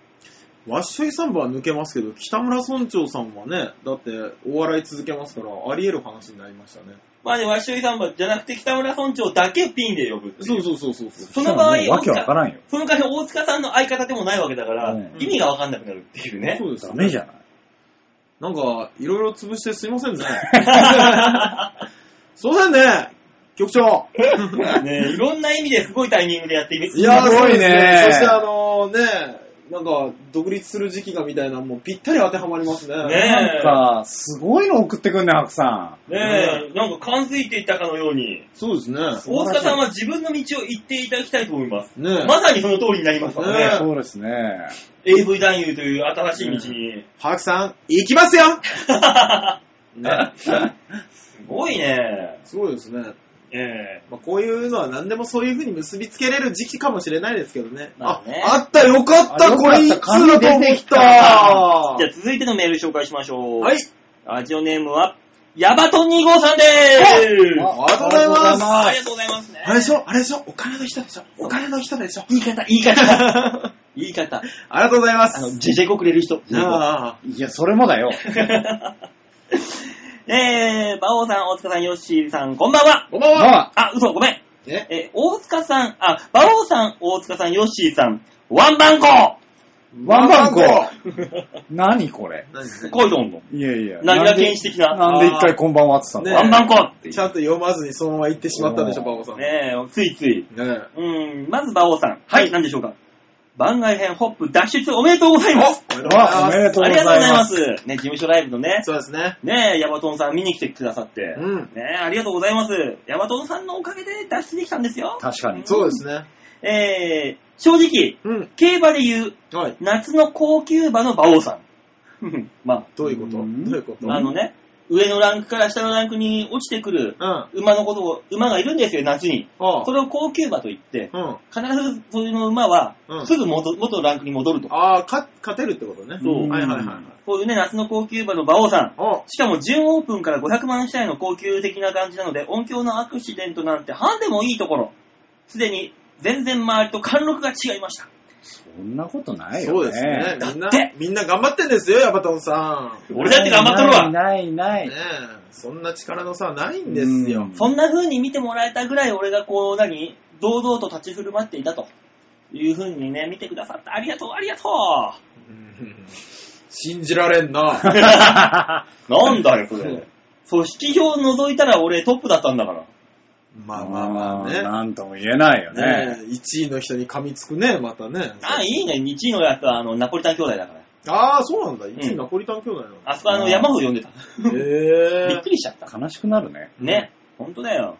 わっしょいサンバは抜けますけど、北村村長さんはね、だってお笑い続けますから、あり得る話になりましたね。まあね、わっしょいサンバじゃなくて北村村長だけをピンで呼ぶっていうそうそうそうそうそう。その場合もうわけわからんよ。その代わり大塚さんの相方でもないわけだから、うん意味がわかんなくなるっていうね。そうですダよメね。じゃない。なんか、いろいろ潰してすいませんね。そうだね、局長。ねいろんな意味ですごいタイミングでやってみいやー、すごそういねですそしてあのね、なんか、独立する時期がみたいな、もうぴったり当てはまりますね。ねなんか、すごいの送ってくんね、白さねえ、なんか感づいていたかのように、そうですね。素大晴らしい塚さんは自分の道を行っていただきたいと思います。ねまさにその通りになりますからん。ね。ねえそうですね。 AV 男優という新しい道に。ハークさん、行きますよ <laughs> ね。 <laughs> すごいね。すごいですね。ええまあ、こういうのは何でもそういう風に結びつけれる時期かもしれないですけどね。まあねあ、あった、よかっあよかた、ったこれいつだと思っ紙出てきたた。はじゃあ続いてのメール紹介しましょう。い。。ラジオネームは、ヤバトン2号さんでーす。あありがとうございますありがとうござありがとうございますね。あれでしょあれでしょお金の人でしょお金の人でしょ言い方、言い <laughs> 方。言い方。ありがとうございまあす。の、ジェジェコくれる人。あいや、それもだよ。えー、馬王さん、大塚さん、ヨッシーさん、こんばんは。あ、こんばんまは。あ、あ、嘘、ごめん。ええー、大塚さん、あ、馬王さん、大塚さん、ヨッシーさん、ワンバンコワンバンコワンバン何これ。何ですこういうと思う。いやいや。何がなんで原始的な。なんで一回こんばんはって言ったねのワンバンコっていうちゃんと読まずにそのまま行ってしまったんでしょ、おーバオさん。ねねえ、ついつい。え。うーん、まず馬王さん。はいはい、何でしょうか。番外編ホップ脱出おめでとうございます。おめでとうございあまおすめでとうありがとうごございざいま。ますす。ね、事務所ライブのね、そうですね。ねえ、ヤバトンさん見に来てくださって。うん。ねえ、ありがとうございます。ヤバトンさんのおかげで脱出できたんですよ。確かに。そうですね。えー、正直、うん。競馬で言う、はい。夏の高級馬の馬王さん。ま <laughs> どういうことうどうんいうことあ、あのね、上のランクから下のランクに落ちてくるうん。あ馬のことを、馬がいるんですよ、夏に。あそれを高級馬と言って、うん。必ずそれの馬はう、んすぐ元元のランクに戻ると。ああ、か勝てるってことね。そうはいはいはいはい。こういうね、夏の高級馬の馬王さん。あしかも、準オープンから500万試合の高級的な感じなので、音響のアクシデントなんて、半でもいいところ。すでに、全然周りと貫禄が違いました。そんなことないよそね。うですね。みんなだって、みんな頑張ってんですよ、ヤバトンさん。俺だって頑張っとるわ。ないなねいない。え、そんな力の差ないんですよ。そんな風に見てもらえたぐらい、俺がこう、何堂々と立ち振る舞っていたと。いう風にね、見てくださって、ありがとう、ありがとううん信じられんな。なんだよ、そそうれ。組織票を除いたら俺トップだったんだから。まあまあまあね。なんとも言えないよね。ね1位の人に噛みつくね、またね。あ、いいね、1位のやつはあの、ナポリタン兄弟だから。ああ、そうなんだ。う1位んナポリタン兄弟なの。あそこあの、山ほど呼んでた。へびえっくりしちゃった。悲しくなるね。ね、ほんとだよ。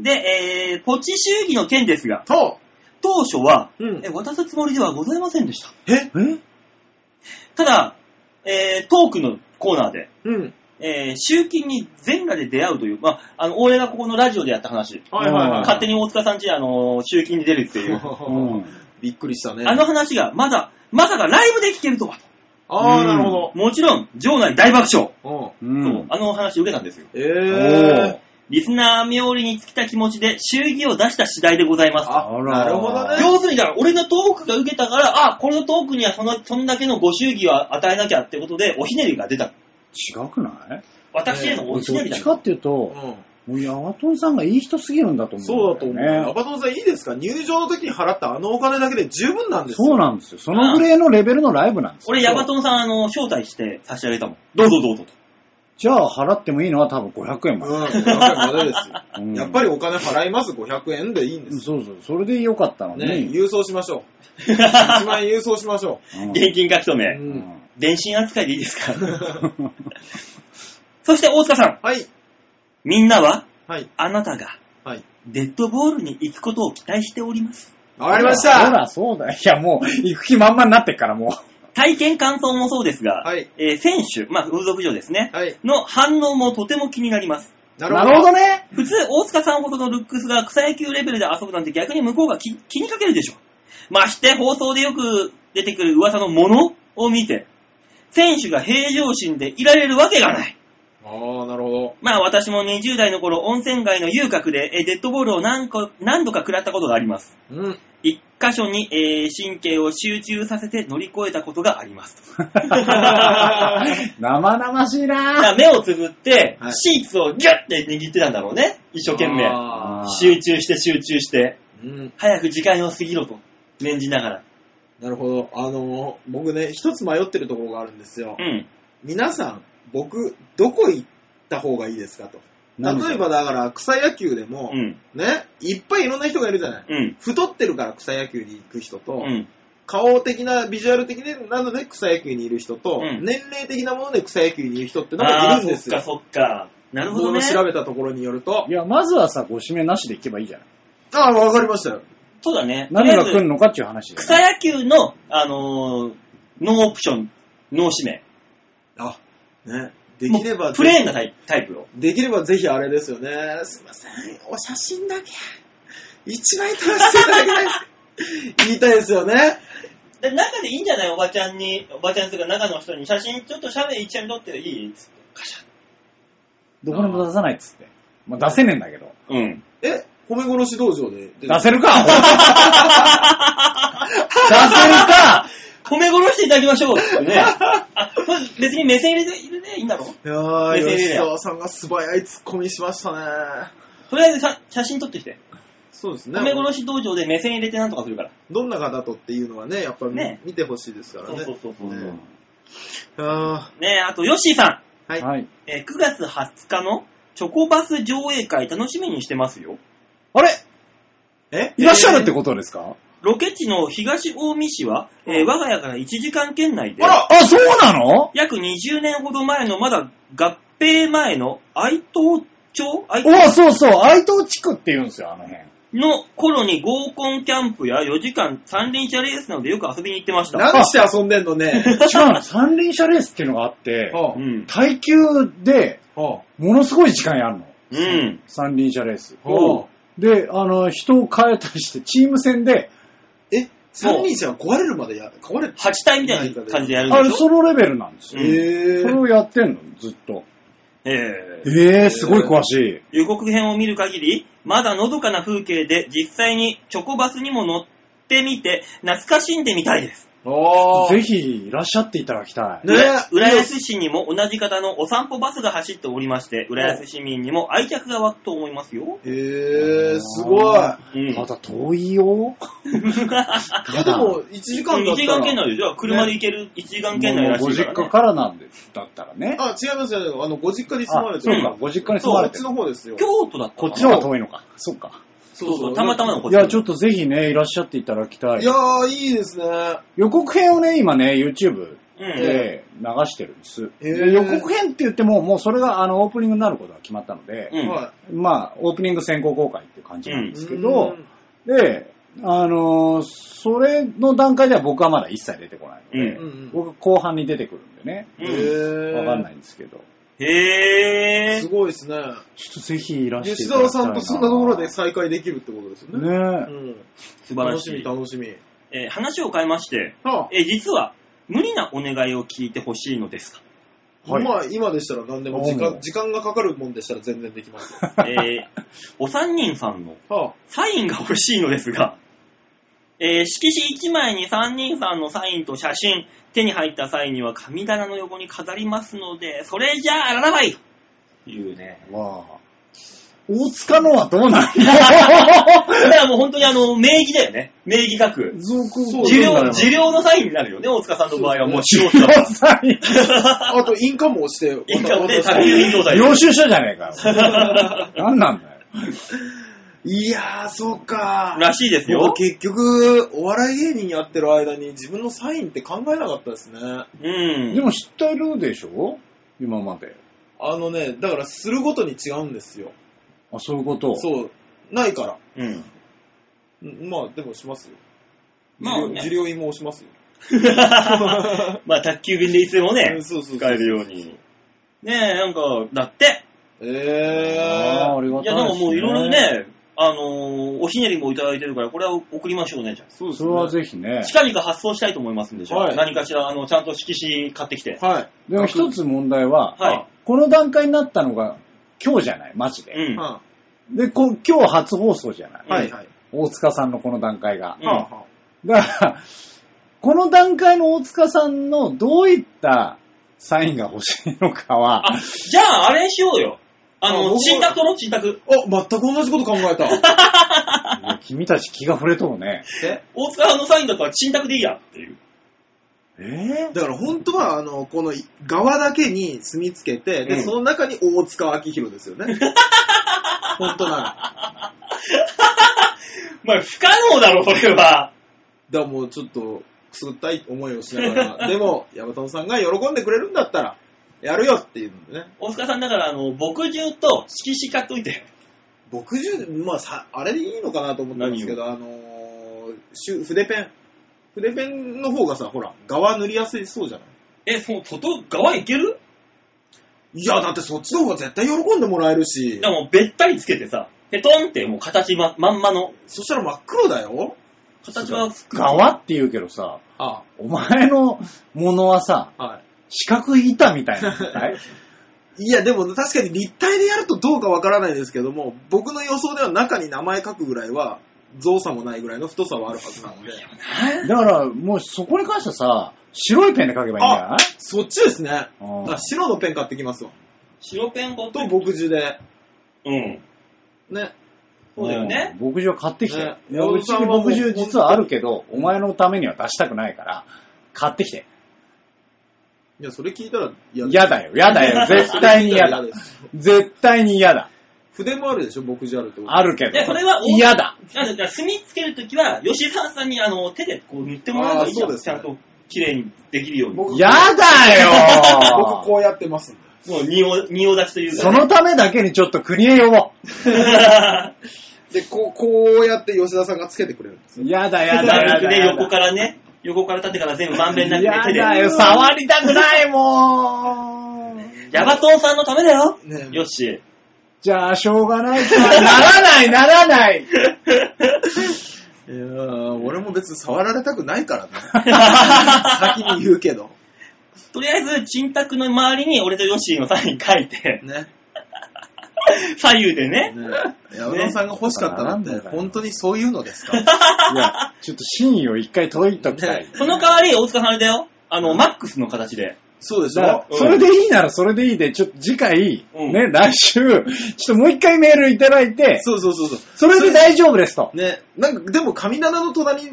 で、えー、ポチ祝儀の件ですが、と、当初は、うんえ渡すつもりではございませんでした。ええただ、えー、トークのコーナーで、うん。えー、集金に全裸で出会うという、まあ、あの、俺がここのラジオでやった話、はいはいはい。勝手に大塚さんち、あの、集金に出るって <laughs> いう、うん。びっくりしたね。あの話が、まだ、まさかライブで聞けるとは。ああ、なるほもちろん、場内大爆笑。ど。う。そうんあのお話受けたんですよ。うん。ええ。リスナー冥利に尽きた気持ちで、祝儀を出した次第でございます。ああ、らなるほどね。要するにだから俺のトークが受けたから、あ、このトークにはそのそんだけのご祝儀は与えなきゃってことで、おひねりが出た。違くない私へのお俺ひどねっりだち。かっていうと、うんもうヤマトンさんがいい人すぎるんだと思う、そうだと思う。ねアバトンさんいいですか入場の時に払ったあのお金だけで十分なんですよ。そうなんですよ。そのぐらいのレベルのライブなんですよ。俺、ヤバトンさん、あの、招待して差し上げたもん。どうぞどうぞと。じゃあ払ってもいいのは多分500円まで。うん、500円までですよ。うんやっぱりお金払います、500円でいいんですそうそう、それでよかったよ。のに。ね、郵送しまし <laughs> ょう。1万円郵送しましょうん <laughs> 現金書き留う。う。め。うんん電信扱いでいいですかそして、大塚さん。はい。みんなは、はい。あなたが、はい。デッドボールに行くことを期待しております。わかりましたほら、そうだ。いや、もう、行く気満々になってっから、も体験感想もそうですが、はいえー選手、まあ、風俗嬢ですね、はい。の反応もとても気になります。う。なるほど。ね。普通、大塚さんほどのルックスが草野球レベルで遊ぶなんて逆に向こうが気気にかけるでしょ。まして、放送でよく出てくる噂のものを見て、選手が平常心でいられるわけがない。ああ、なるほど。まあ私も20代の頃、温泉街の遊郭でえデッドボールを何個何度か食らったことがあります。うん。一箇所に、えー神経を集中させて乗り越えたことがあり <laughs> ます。 <laughs> 生々しいだかなら目をつぶって、はいシーツをギュッて握ってたんだろうね。一生懸命。あー集中して集中して。ーうん。早く時間を過ぎろと、念じながら。なるほど。あのー僕ね、一つ迷ってるところがあるんですよ。うん。皆さん、僕、どこ行った方がいいですかと。なんで例えばだから、草野球でもう、ん。ね、いっぱいいろんな人がいるじゃない。うん。太ってるから草野球に行く人と、うん。顔的な、ビジュアル的なので草野球にいる人と、うん年齢的なもので草野球にいる人ってのあがあいるんー、でそすっかよ。そっか。なるほど僕ね。の調べたところによるとい、や、まずはさ、ご指名なしで行けばいいじゃない。ああ、わかりましたよ。そうだね。とり何あがえ来ずるのかっていう話だよ草ね野球の、あのーノーオプション、ノー指名。あ、ね、できれもばう、プレーンなタイタイプを。できればぜひあれですよね。すいません、お写真だけ、一枚撮らせていただけないですか言いたいですよね。で中でいいんじゃないおばちゃんに、おばちゃんというか中の人に写真、ちょっと写メ一緒に撮っていいつってカシャどこにも出さないっつって。まあ、出せねえんだけど。うん。え、褒め殺し道場で出出せる <laughs> か出せるか <laughs> 褒め殺していただきましょうってね。 <laughs> あ、これ別に目線入れて、入れていいんだろいやー、別に吉沢さんが素早いツッコミしましたね。とりあえずさ写真撮ってきて。そうですね褒。め殺し道場で目線入れてなんとかするから。どんな方とっていうのはね、やっぱりね見てほしいですからそうね。そうそうそう。ねあねえ、あと、ヨッシーさはいはい。ん、えー9月20日のチョコバス上映会楽しみにしてますよ。あれーえいらっしゃるってことですかロケ地の東近江市は、えー我が家から1時間圏内であ、ら、あ、そうなの約20年ほど前のまだ合併前の愛東町愛お東そうそう、愛東地区って言うんですよ、あの辺。の頃に合コンキャンプや4時間三輪車レースなどでよく遊びに行ってました。何して遊んでんのね。 <laughs> 違うの、三輪車レースっていうのがあって、 <laughs> う。うん耐久で、ほものすごい時間やるの。うん。三輪車レース。うほで、あの、人を変えたりして、チーム戦で、うえ、三輪車は壊れるまでや、壊れる8体みたいな感じでやるんあれ、でしょそのレベルなんですうよ。んへそれー。をやってんの、ずっと。ええええー、すごい詳しい。予告編を見る限り、まだのどかな風景で実際にチョコバスにも乗ってみて、懐かしんでみたいです。あーぜひ、いらっしゃっていただきたい。ね浦浦安市にも同じ型のお散歩バスが走っておりまして、浦安市民にも愛着が湧くと思いますよ。へー、すごい。うん。まだ遠いよ。いやでも、1時間1だった時ら。間圏内でしょ車で行ける1時間圏内らしもうごいか実ら、家ね。からなんで、だったらね。あ、違いますよ。あの、ご実家に住まれてあ、そうる。か、ご実家に住そう、まあれってちる。の方ですよ。京都だったかこなっちの方が遠いのか。そうか。そうそう、たまたまのこっいちのや、ちょっとぜひね、いらっしゃっていただきたい。いやー、いいですね。予告編をね、今ね、YouTube うんで流してるんです。へーで予告編って言っても、もうそれがあのオープニングになることが決まったので、うんはまあ、オープニング先行公開っていう感じなんい。ですけど、で、あのーそれの段階では僕はまだ一切出てこないのう。で、うんん、うん。僕後半に出てくるんでね、へ。うんわかんないいんですけど、へすー。ごいですね。ちょっとぜひいらしてい吉ただきたい沢な。さんとそんなところで再会できるってことですよね。うねん。素晴ら楽ししみ、い。楽しみ。はえー話を変えまして、あ、えー実は、無理なお願いを聞いてほしいのですが、はいまあ、今でしたら何でも時お間、う時間がかかるもんでしたら全然できますよ。えーお三人さんのはあ、サインが欲しいのですが、えー色紙1枚に3人さんのサインと写真、手に入った際には神棚の横に飾りますので、それじゃあ、あららばいというね。わあ大塚のはどうなんだだからもう本当にあの、名義だよね。名義書く。そう受領、受領のサインになるよね、大塚さんの場合はもう使用者 <laughs> は。領あと、印鑑も押して、印鑑で渡宅急便状態。収書じゃ <laughs> ねえかよ。何なんだよ。いやー、そうか。らしいですよ僕。結局、お笑い芸人やってる間に自分のサインって考えなかったですね。うん。でも知ってるでしょ今まで。あのね、だからするごとに違うんですよ。あ、そういうこと。そう。ないから。うん。うんまあ、でもしますよ。まあね受領受領印も押しますよ。 <laughs> まあ、宅急便でいつでもうねん、そうそう使そうえるように。ねえ、なんか、だって、えあーあー。りがいたや、いでです、ももね。ういろいろ。ね、あのーおひねりもいただいてるから、これは送りましょうね、じゃそうですそれね。はぜひねあ。。近々発送したいと思いますんで、じゃあ、はい何かしら、あの、ちゃんと色紙買ってきて。はい。でも一つ問題は、はいこの段階になったのが今日じゃないマジうで。ん。はで、こ今日初放送じゃない、い。はい。はい。大塚さんのこの段階がう。んはあはあだから、この段階の大塚さんのどういったサインが欲しいの <laughs> かは、あ、じゃあ、あれしようよ。ああ僕の、は沈託取ろう、沈託。あ、全く同じこと考え <laughs> た。いや君たち気が触れとるね。え大塚のサインだったら沈託でいいやっていう。えだから本当は、あの、この側だけに墨つけて、で、うんその中に大塚明宏です <laughs> よね。本当なら。まあ、不可能だろ、それは。だからもうちょっと、くすぐったい思いをしなが <laughs> ら、でも、ヤマトンさんが喜んでくれるんだったら、やるよっていうのでね。大塚さん、だから、あの、墨汁と色紙買っといて。僕中、まあさ、あれでいいのかなと思ったんですけど、あのーしゅ筆ペン。筆ペンの方がさ、ほら、側塗りやすいそうじゃないえ、その、外側いけるいや、だってそっちの方が絶対喜んでもらえるしだか、らもう、べったりつけてさ、ペトンって、もう形ま、まんまの。そしたら真っ黒だよ。形はふっくら側って言うけどさ、あお前のものはさ、あはい。四角い板みたいな <laughs> のないいや、でも確かに立体でやるとどうかわからないですけども、僕の予想では中に名前書くぐらいは、造作もないぐらいの太さはあるはずなので、だから、もうそこに関してはさ、白いペンで書けばいいんじゃないそっちですね。うんあ白のペン買ってきますわ。白ペンごとと、、墨汁で。うん。ね。そうだよね。うん牧場買ってきて。ねいや、うちに牧場実はあるけど、お前のためには出したくないから、買ってきて。いや、それ聞いたら嫌嫌だよ、嫌だ <laughs> よ、絶対に嫌だ。です絶対に嫌だ。 <laughs> 筆もあるでしょ、墨汁あるってこと。あるけどで、それは、嫌だ。なんだから、墨つけるときは、吉沢さんに、あの、手でこう塗ってもらうといいじゃ。あーそうんですちねゃんと、綺麗にできるように。も僕 <laughs> 嫌僕だこようやってますんで。う、仁王、仁王立ちというか <laughs> そのためだけにちょっと国へ呼ぼう。で、こう、こうやって吉田さんがつけてくれるんですよ。やだやだ <laughs> や丸くだね、やだ。横からね、横から縦から全部まんべんなくねや手で。だよ、触りたくないもん。ヤバトンさんのためだよ。ねよし。じゃあ、しょうがないか。ならない、ならない。いやー俺も別に触られたくないからね。 <laughs> 先に言うけど。とりあえず、沈宅の周りに俺とヨッシーのサイン書いて、ね。左右でね。ね山田さんが欲しかったなんねて、本当にそういうのですか <laughs> いや、ちょっと真意を一回解いときたい。その代わり、大塚さんあれだよ。あの、マックスの形で。そうでしだからょうんそれでいいならそれでいいで、ちょっと次回、うんね、来週、ちょっともう一回メールいただいて、そうそうそうそう。それで大丈夫ですと。ね、なんか、でも神棚の隣に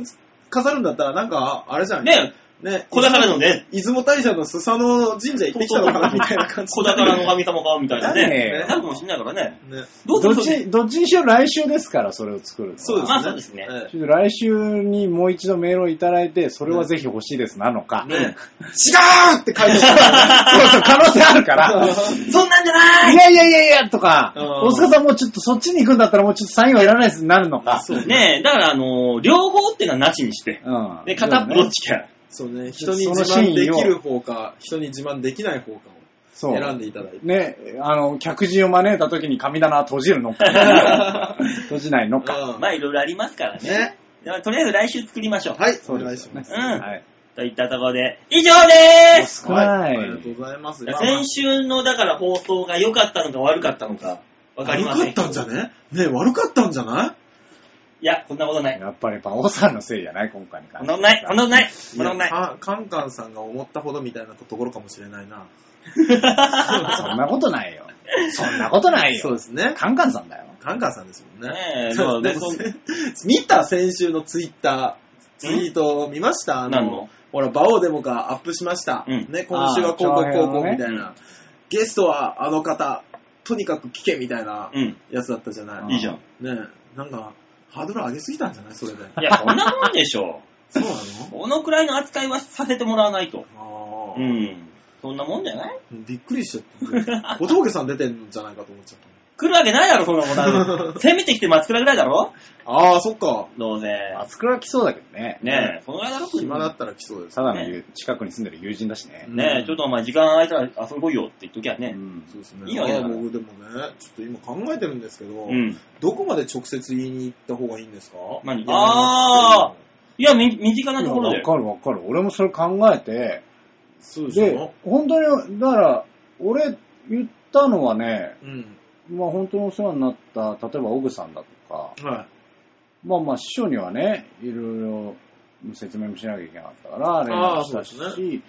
飾るんだったら、なんか、あれじゃん。ね、ね、小宝のね、出雲大社のスサノ神社行ってきたのかなみたいな感じ。小宝の神様か、みたいなねね。なるかもしんないからね。ね。どうすどるっそれち、どっちにしろ来週ですから、それを作るのはそうですね。まあそうですねえちょっと来週にもう一度メールをいただいて、それはぜひ欲しいですなのか。えそうね違うって書いてあそう、可能性あ <laughs> るか <laughs> ら。る。そんなんじゃないいやいやいやいやとか、うん大塚さんもうちょっとそっちに行くんだったらもうちょっとサインはいらないですになるのか。そうね。ねえ、だからあのー、両方っていうのはなしにして。うん。で、片っぽどっちか。そうね。人に自慢できる方か、人に自慢できない方かそをう。選んでいただいて。ね、あの、客人を招いた時に神棚は閉じるのか。閉じないのか。<laughs> うんまあ、いろいろありますからね。ね。だからとりあえず来週作りましょう。はい、そおう願でいすしよまね。す。うんはい。といったところで、以上でーす少ない。ありがとうございます。先週の、だから放送が良かったのか悪かったのか、わかり悪まかせん。ったんじゃねね悪かったんじゃないいや、こんなことない。やっぱり馬王さんのせいじゃない今回にこ関んなしてこはとない。こんなことない。こんなことない。あカンカンさんが思ったほどみたいなところかもしれないな。そんなことないよ。そんなことないそうよ。ですね。カンカンさんだよ。カンカンさんですもんね。ねえ、でそもうね、でもそう。 <laughs> 見た先週のツイッター、ツイートを見ましたあ何のほら、バオデモがアップしました。うんね、今週は高あ校ー高校長みたい編のな。ゲストはあの方、とにかく聞けみたいなうん。やつだったじゃない。ういいじゃん。ねなんか、ハードル上げすぎたんじゃない <laughs> それで。いや、こんなもんでし <laughs> ょそうなう。このくらいの扱いはさせてもらわないと。のあうー、ん。そんなもんじゃないびっくりしちゃった。小峠さん出てんじゃないかと思っちゃっ来るわけないだろ、そんなもん <laughs> だって。せめてきて松倉ぐらいだろた。ああ、そっか。どうせ。松倉は来そうだけどね。ねえ、そのぐらいだろ、来る暇だったら来そうです。ただの友近くに住んでる友人だしね。ねえ、ちょっとお前時間空いたら遊ぼうよって言っときゃうね。ん。そうですね。いいわけだあかーら僕でもね、ちょっと今考えてるんですけど、うん。どこまで直接言いに行った方がいいんですか何あーいや、み身近なところわで。かるわかる。俺もそれ考えて、そうですでよ。、本当に、だから、俺言ったのはね、うん。まあ本当にお世話になった、例えばオグさんだとか、はまあまあ師匠にはね、いろいろ説明もしなきゃいけなかったから、連あ絡あしたそうですし、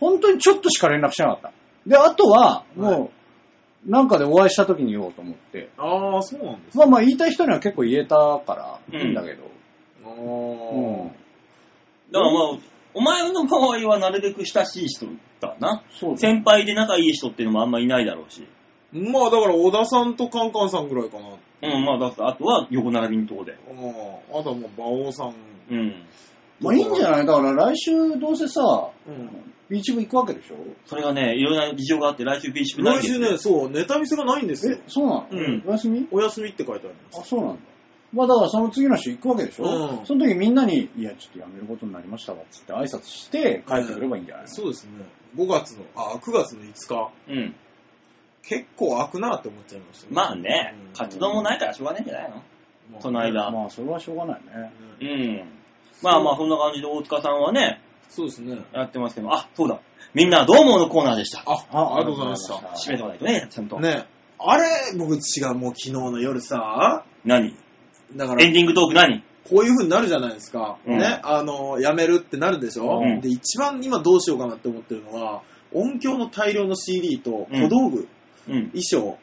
本当にちょっとしか連絡しなかった。で、あとは、もう、なんかでお会いした時に言おうと思って、い。ああ、そうなんですまあまあ言いたい人には結構言えたから、うんいいんだけど、ああ、うんだからまあ、お前の場合はなるべく親しい人だな。そうです先輩で仲いい人っていうのもあんまいないだろうし。まあだから、小田さんとカンカンさんぐらいかな。あうん、まあ、だからあとは横並びのとこで。あ、あとはもう、馬王さん。うん。まあいいんじゃないだから来週どうせさ、うん。ビーチ部行くわけでしょそれがね、いろんな事情があって、来週 B 宿ないん来です週よね、そう、ネタ見せがないんですよえ。、そうなの、うんお休みお休みって書いてありあ、ます。そうなんだ。まあだからその次の週行くわけでしょ、うんその時みんなに、いや、ちょっとやめることになりましたわ、つって挨拶して帰ってくればいいんじゃないの、そうですね。5月の、あ、9月の5日。うん。結構開くなって思っちゃいましたね、まあねうん、活動もないからしょうがないんじゃないのまあこの間。まあ、それはしょうがないね。うねん。まあまあ、そんな感じで大塚さんはね、そうですね。やってますけど、あ、そうだ。みんなどうものコーナーでした。あ、ありがとうございましあた。締めておかないとね、ちゃんと。ねあれ、僕違う、もう昨日の夜さ、何だからエ、ンディングトーク何こういう風になるじゃないですか。うんね、あの、やめるってなるでしょ、うんで、一番今どうしようかなって思ってるのは、音響の大量の CD とうん小道具、うん。衣装、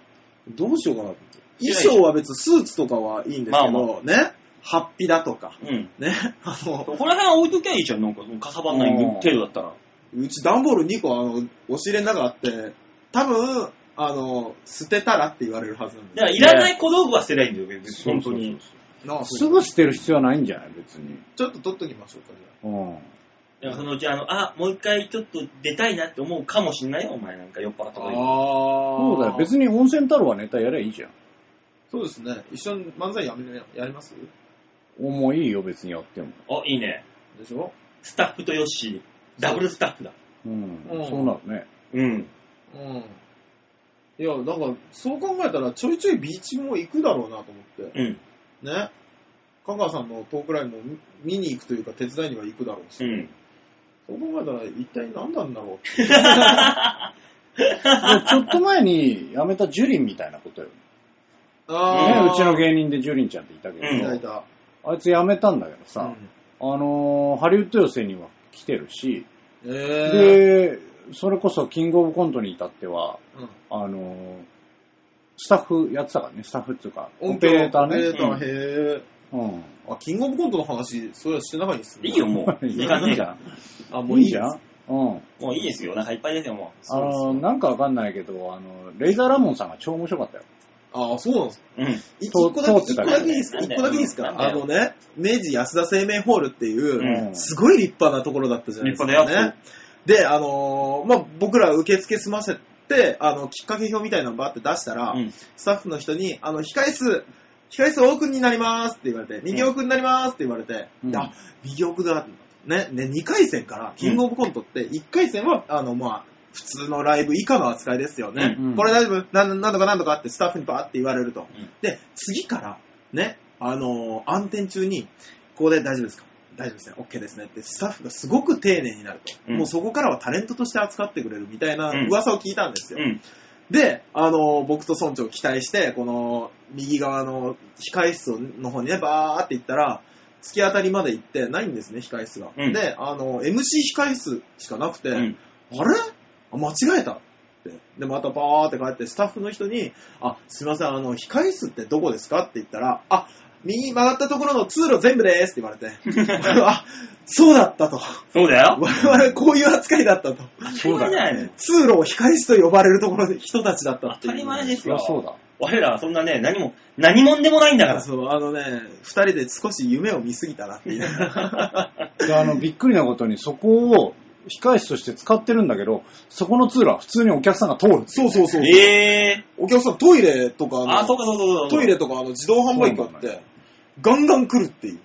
どうしようかなって。いやいや衣装は別にスーツとかはいいんですけど、まあまね、ハッピだとか、うん。ね、あの、ここら辺は置いときゃいいじゃん、なんか、かさばんない程度だったら。うち段ボール2個、あの、押し入れの中あって、多分、あの、捨てたらって言われるはずなんだかでら、いらない小道具は捨てないんだよ、別に。本当に。す。なあすぐ捨てる必要はないんじゃない別に。ちょっと取っときましょうか、じゃあうん。いやそのうち、あの、あ、もう一回ちょっと出たいなって思うかもしんないよ、お前なんか酔っ払ったから。あそうだよ。別に温泉太郎はネタやりゃいいじゃん。そうですね。一緒に漫才やめ、やりますおもういいよ、別にやっても。お、いいね。でしょスタッフとヨッシー、ダブルスタッフだ。うん。うんそうなるね。うん。うん。いや、なんか、そう考えたら、ちょいちょいビーチも行くだろうなと思って。うん。ね。香川さんのトークライブも見見に行くというか、手伝いには行くだろうし。うん。そう考えたら、一体何なんだろうって。でちょっと前に辞めたジュリンみたい <laughs> なことよ。ね、うちの芸人でジュリンちゃんっていたけど、うん人。いた。あいつ辞めたんだけどさ、あのーハリウッド予選には来てるし、うん、えー。で、それこそキングオブコントに至っては、うんあのースタッフやってたからね、スタッフっていうか、オ音ペ響レーターオペレね。ーターへーうん。あ、キングオブコントの話、それはしてなかったですね。いいよ、も <laughs> う。いい感じじゃん。あ、ももうういいいいじゃですん。うん。もういいですよ。お腹いっぱいですよ、もあそうですのよーなんかわかんないけど、あの、レイザーラモンさんが超面白かったよ。あ、そうなんですか。う。うん。一そう一個だけ、通って一個たからだけいいですかなんだよ一個だけいいですなんかだあよのね、明治安田生命ホールっていう、うんすごい立派なところだったじゃないですか、ね。立派だよで、あのーまあ、僕ら受付済ませて、あの、きっかけ表みたいなのバーって出したら、うんスタッフの人に、あの、控え室、控え室奥になりますって言われて、右奥になりますって言われて、うんあ、右奥だ、ね、ね、2回戦から、キングオブコントって、1回戦は、あの、まあ、普通のライブ以下の扱いですよね。うんこれ大丈夫なんなんとかなんとかってスタッフにバーって言われると。んで、次から、ね、あのー暗転中に、ここで大丈夫ですか大丈夫ですね、OK ですねって、スタッフがすごく丁寧になると、うんもうそこからはタレントとして扱ってくれるみたいなうん噂を聞いたんですよ。うん。で、あのー僕と村長期待して、この右側の控室の方にね、バーって行ったら、突き当たりまで行って、ないんですね、控室が。うんで、あのー MC 控室しかなくて、うん。あれあ間違えたって。で、またバーって帰って、スタッフの人に、あ、すいません、あの、控室ってどこですかって言ったら、あ、右に曲がったところの通路全部ですって言 <laughs> われて、あ、そうだったと。そうだよ。我々こういう扱いだったと。そうだ当たり前じゃよ。ないの通路を控室と呼ばれるところの人たちだったって当いう。たり前ですそりゃよ。そうだ。我らはそんなね、何も、何もんでもないんだから。 <laughs> そう、あのね、二人で少し夢を見すぎたなっていう。で、あの、びっくりなことに、そこを控室として使ってるんだけど、そこの通路は普通にお客さんが通る。 <laughs> そうそうそう。ええお客さんトイレとかー。のあ、そうかそうかそうか。トイレとかあの自動販売機あって、ガンガン来るっていう。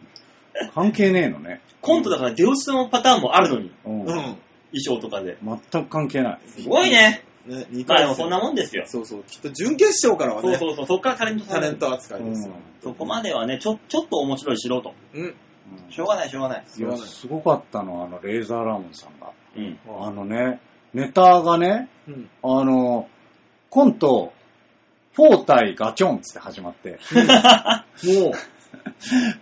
関係ねえのね。コントだから出落ちのパターンもあるのに。うん。うん。衣装とかで。全く関係ない。すごいね。ね、2まあ回でもそんなもんですよ。そうそう、きっと準決勝からはそうね、そうそう。そっからタレントさタんレント扱いですよ。そこまではね、ちょ、ちょっと面白い素人。うん。うんしょうがない、しょうがない。いや、すごかったの、あの、レーザーラモンさんが。うん。あのね、ネタがね、うん。あの、コント、4対ガチョンつって始まって、もう、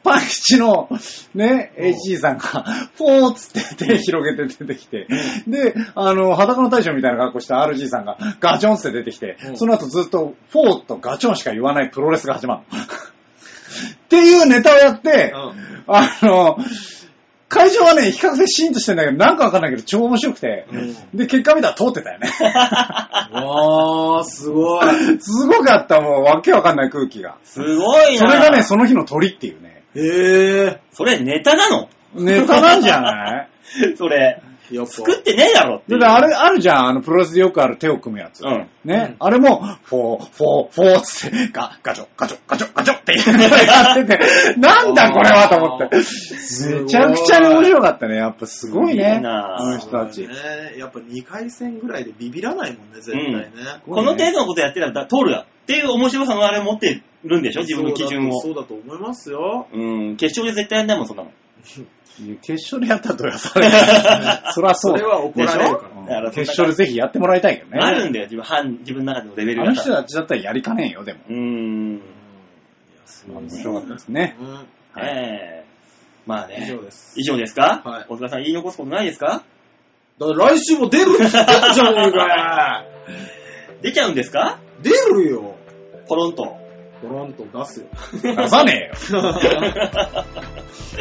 パンチの、ね、うん HG さんが、4つって手広げて出てきて、で、あの、裸の大将みたいな格好した RG さんが、ガチョンつって出てきてう、んその後ずっと、4とガチョンしか言わないプロレスが始まるの。っていうネタをやって、 <laughs> あの、会場はね、比較的シーンとしてんだけど、なんかわかんないけど、超面白くて、うん。で、結果見たら通ってたよね。わー、すごい。すごかった、もう、わけわかんない空気が。すごいな。それがね、その日の鳥っていうね、へ <laughs> えそれネタなのネタなんじゃないそれ。ー、やっ作ってねえだろっていだう。ってあれ、あるじゃん、あの、プロレスでよくある手を組むやつ。うん。ね、あれも、フォー、フォー、フォーっつって、ガ、<laughs> ガチョ、ガチョ、ガチョ、ガチョって言ってやってて、なんだこれはと思って。ごいめちゃくちゃに面白かったね。やっぱすごいいいね。なあの人たち。ね、やっぱ2回戦ぐらいでビビらないもんね、絶対ね。 <laughs> この程度のことやってたらだ通るだっていう面白さのあれ持ってるんでしょ自分の基準を。そうだとそうだと思いますよ。うん。決勝で絶対やんないもん、そんなもん。決勝でやったらどうやされる <laughs> そりゃそうそ。れは怒られるから。うんだから決勝でぜひやってもらいたいけどね。あるんだよ、自分、半自分の中のレベルあがの人たちだったらやりかねえよ、でも。うーん。うんいや面すごい白かったですね。うんはいええまあ以ね上。です。以上ですかはい小塚さん言い残すことないですかだから来週も出るんじゃねえかよ。出ちゃうんですか出るよ。コロンと。トロンと <laughs> 出すよ。出さねえよ。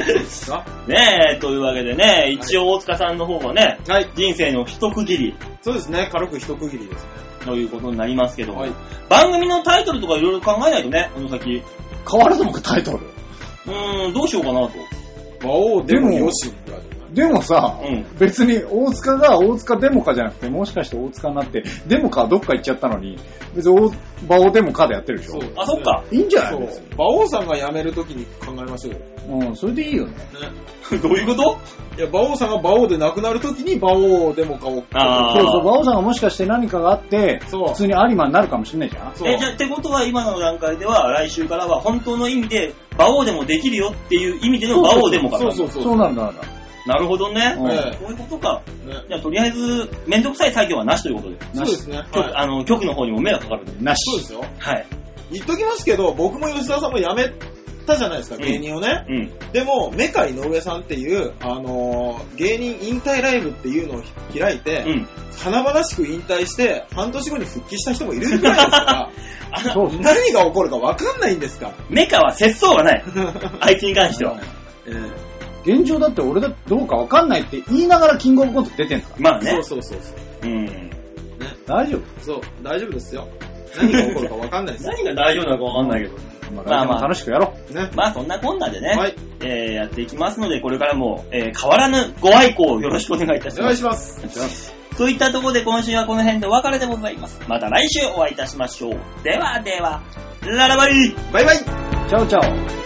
ですかねえ、というわけでね、一応大塚さんの方はね、はい。人生の一区切りそうですね、軽く一区切りですね。ということになりますけども、はい番組のタイトルとかいろいろ考えないとね、この先。変わらず僕タイトル。うーん、どうしようかなと。魔王でもよしぐらいだねでもさ、うん別に大塚が大塚デモカじゃなくて、もしかして大塚になって、デモカはどっか行っちゃったのに、別に大馬王デモカでやってるでしょ。そうあ、そっか。いいんじゃないそう別に。馬王さんが辞めるときに考えましょうよ。ね。うん、それでいいよね。 <laughs> どういうこといや、馬王さんが馬王で亡くなるときに馬王でも買おう。あーそうそう、馬王さんがもしかして何かがあって、そう普通に有馬になるかもしれないじゃん。そうえ、じゃあってことは今の段階では、来週からは本当の意味で、馬王でもできるよっていう意味での馬王でもかなそうそうそう。そうなんだ、なんだ。なるほどね。うんえそういうことか。えねじゃあとりあえず、めんどくさい作業はなしということで。そうですね。局はいあの、局の方にも迷惑かかるんで。なそうでし。すよ。はい。言っときますけど、僕も吉沢さんも辞めたじゃないですか、うん芸人をね。うん。でも、メカ井上さんっていう、あのー芸人引退ライブっていうのを開いて、うん。華々しく引退して、半年後に復帰した人もいるぐらいですから、あの、 <laughs> そうですね。何が起こるか分かんないんですから。メカは節操がない。あいつに関しては。現状だって俺だってどうかわかんないって言いながらキングオブコント出てんだかまあそねう。そうそうそう。うん。ら。大丈夫。そう、大丈夫ですよ。何が起こるか分かんない <laughs> ですよ。何が大丈夫なのかわかんないけど。ままあ、あ来年も楽しくやろね。まあそんなこんなでね、はい。えーやっていきますので、これからも、えー変わらぬご愛顧をよろしくお願いいたしおま願いす。します。といったところで今週はこの辺でお別れでございます。また来週お会いいたしましょう。ではでは、ララバイバイバイう。チャオチャオ。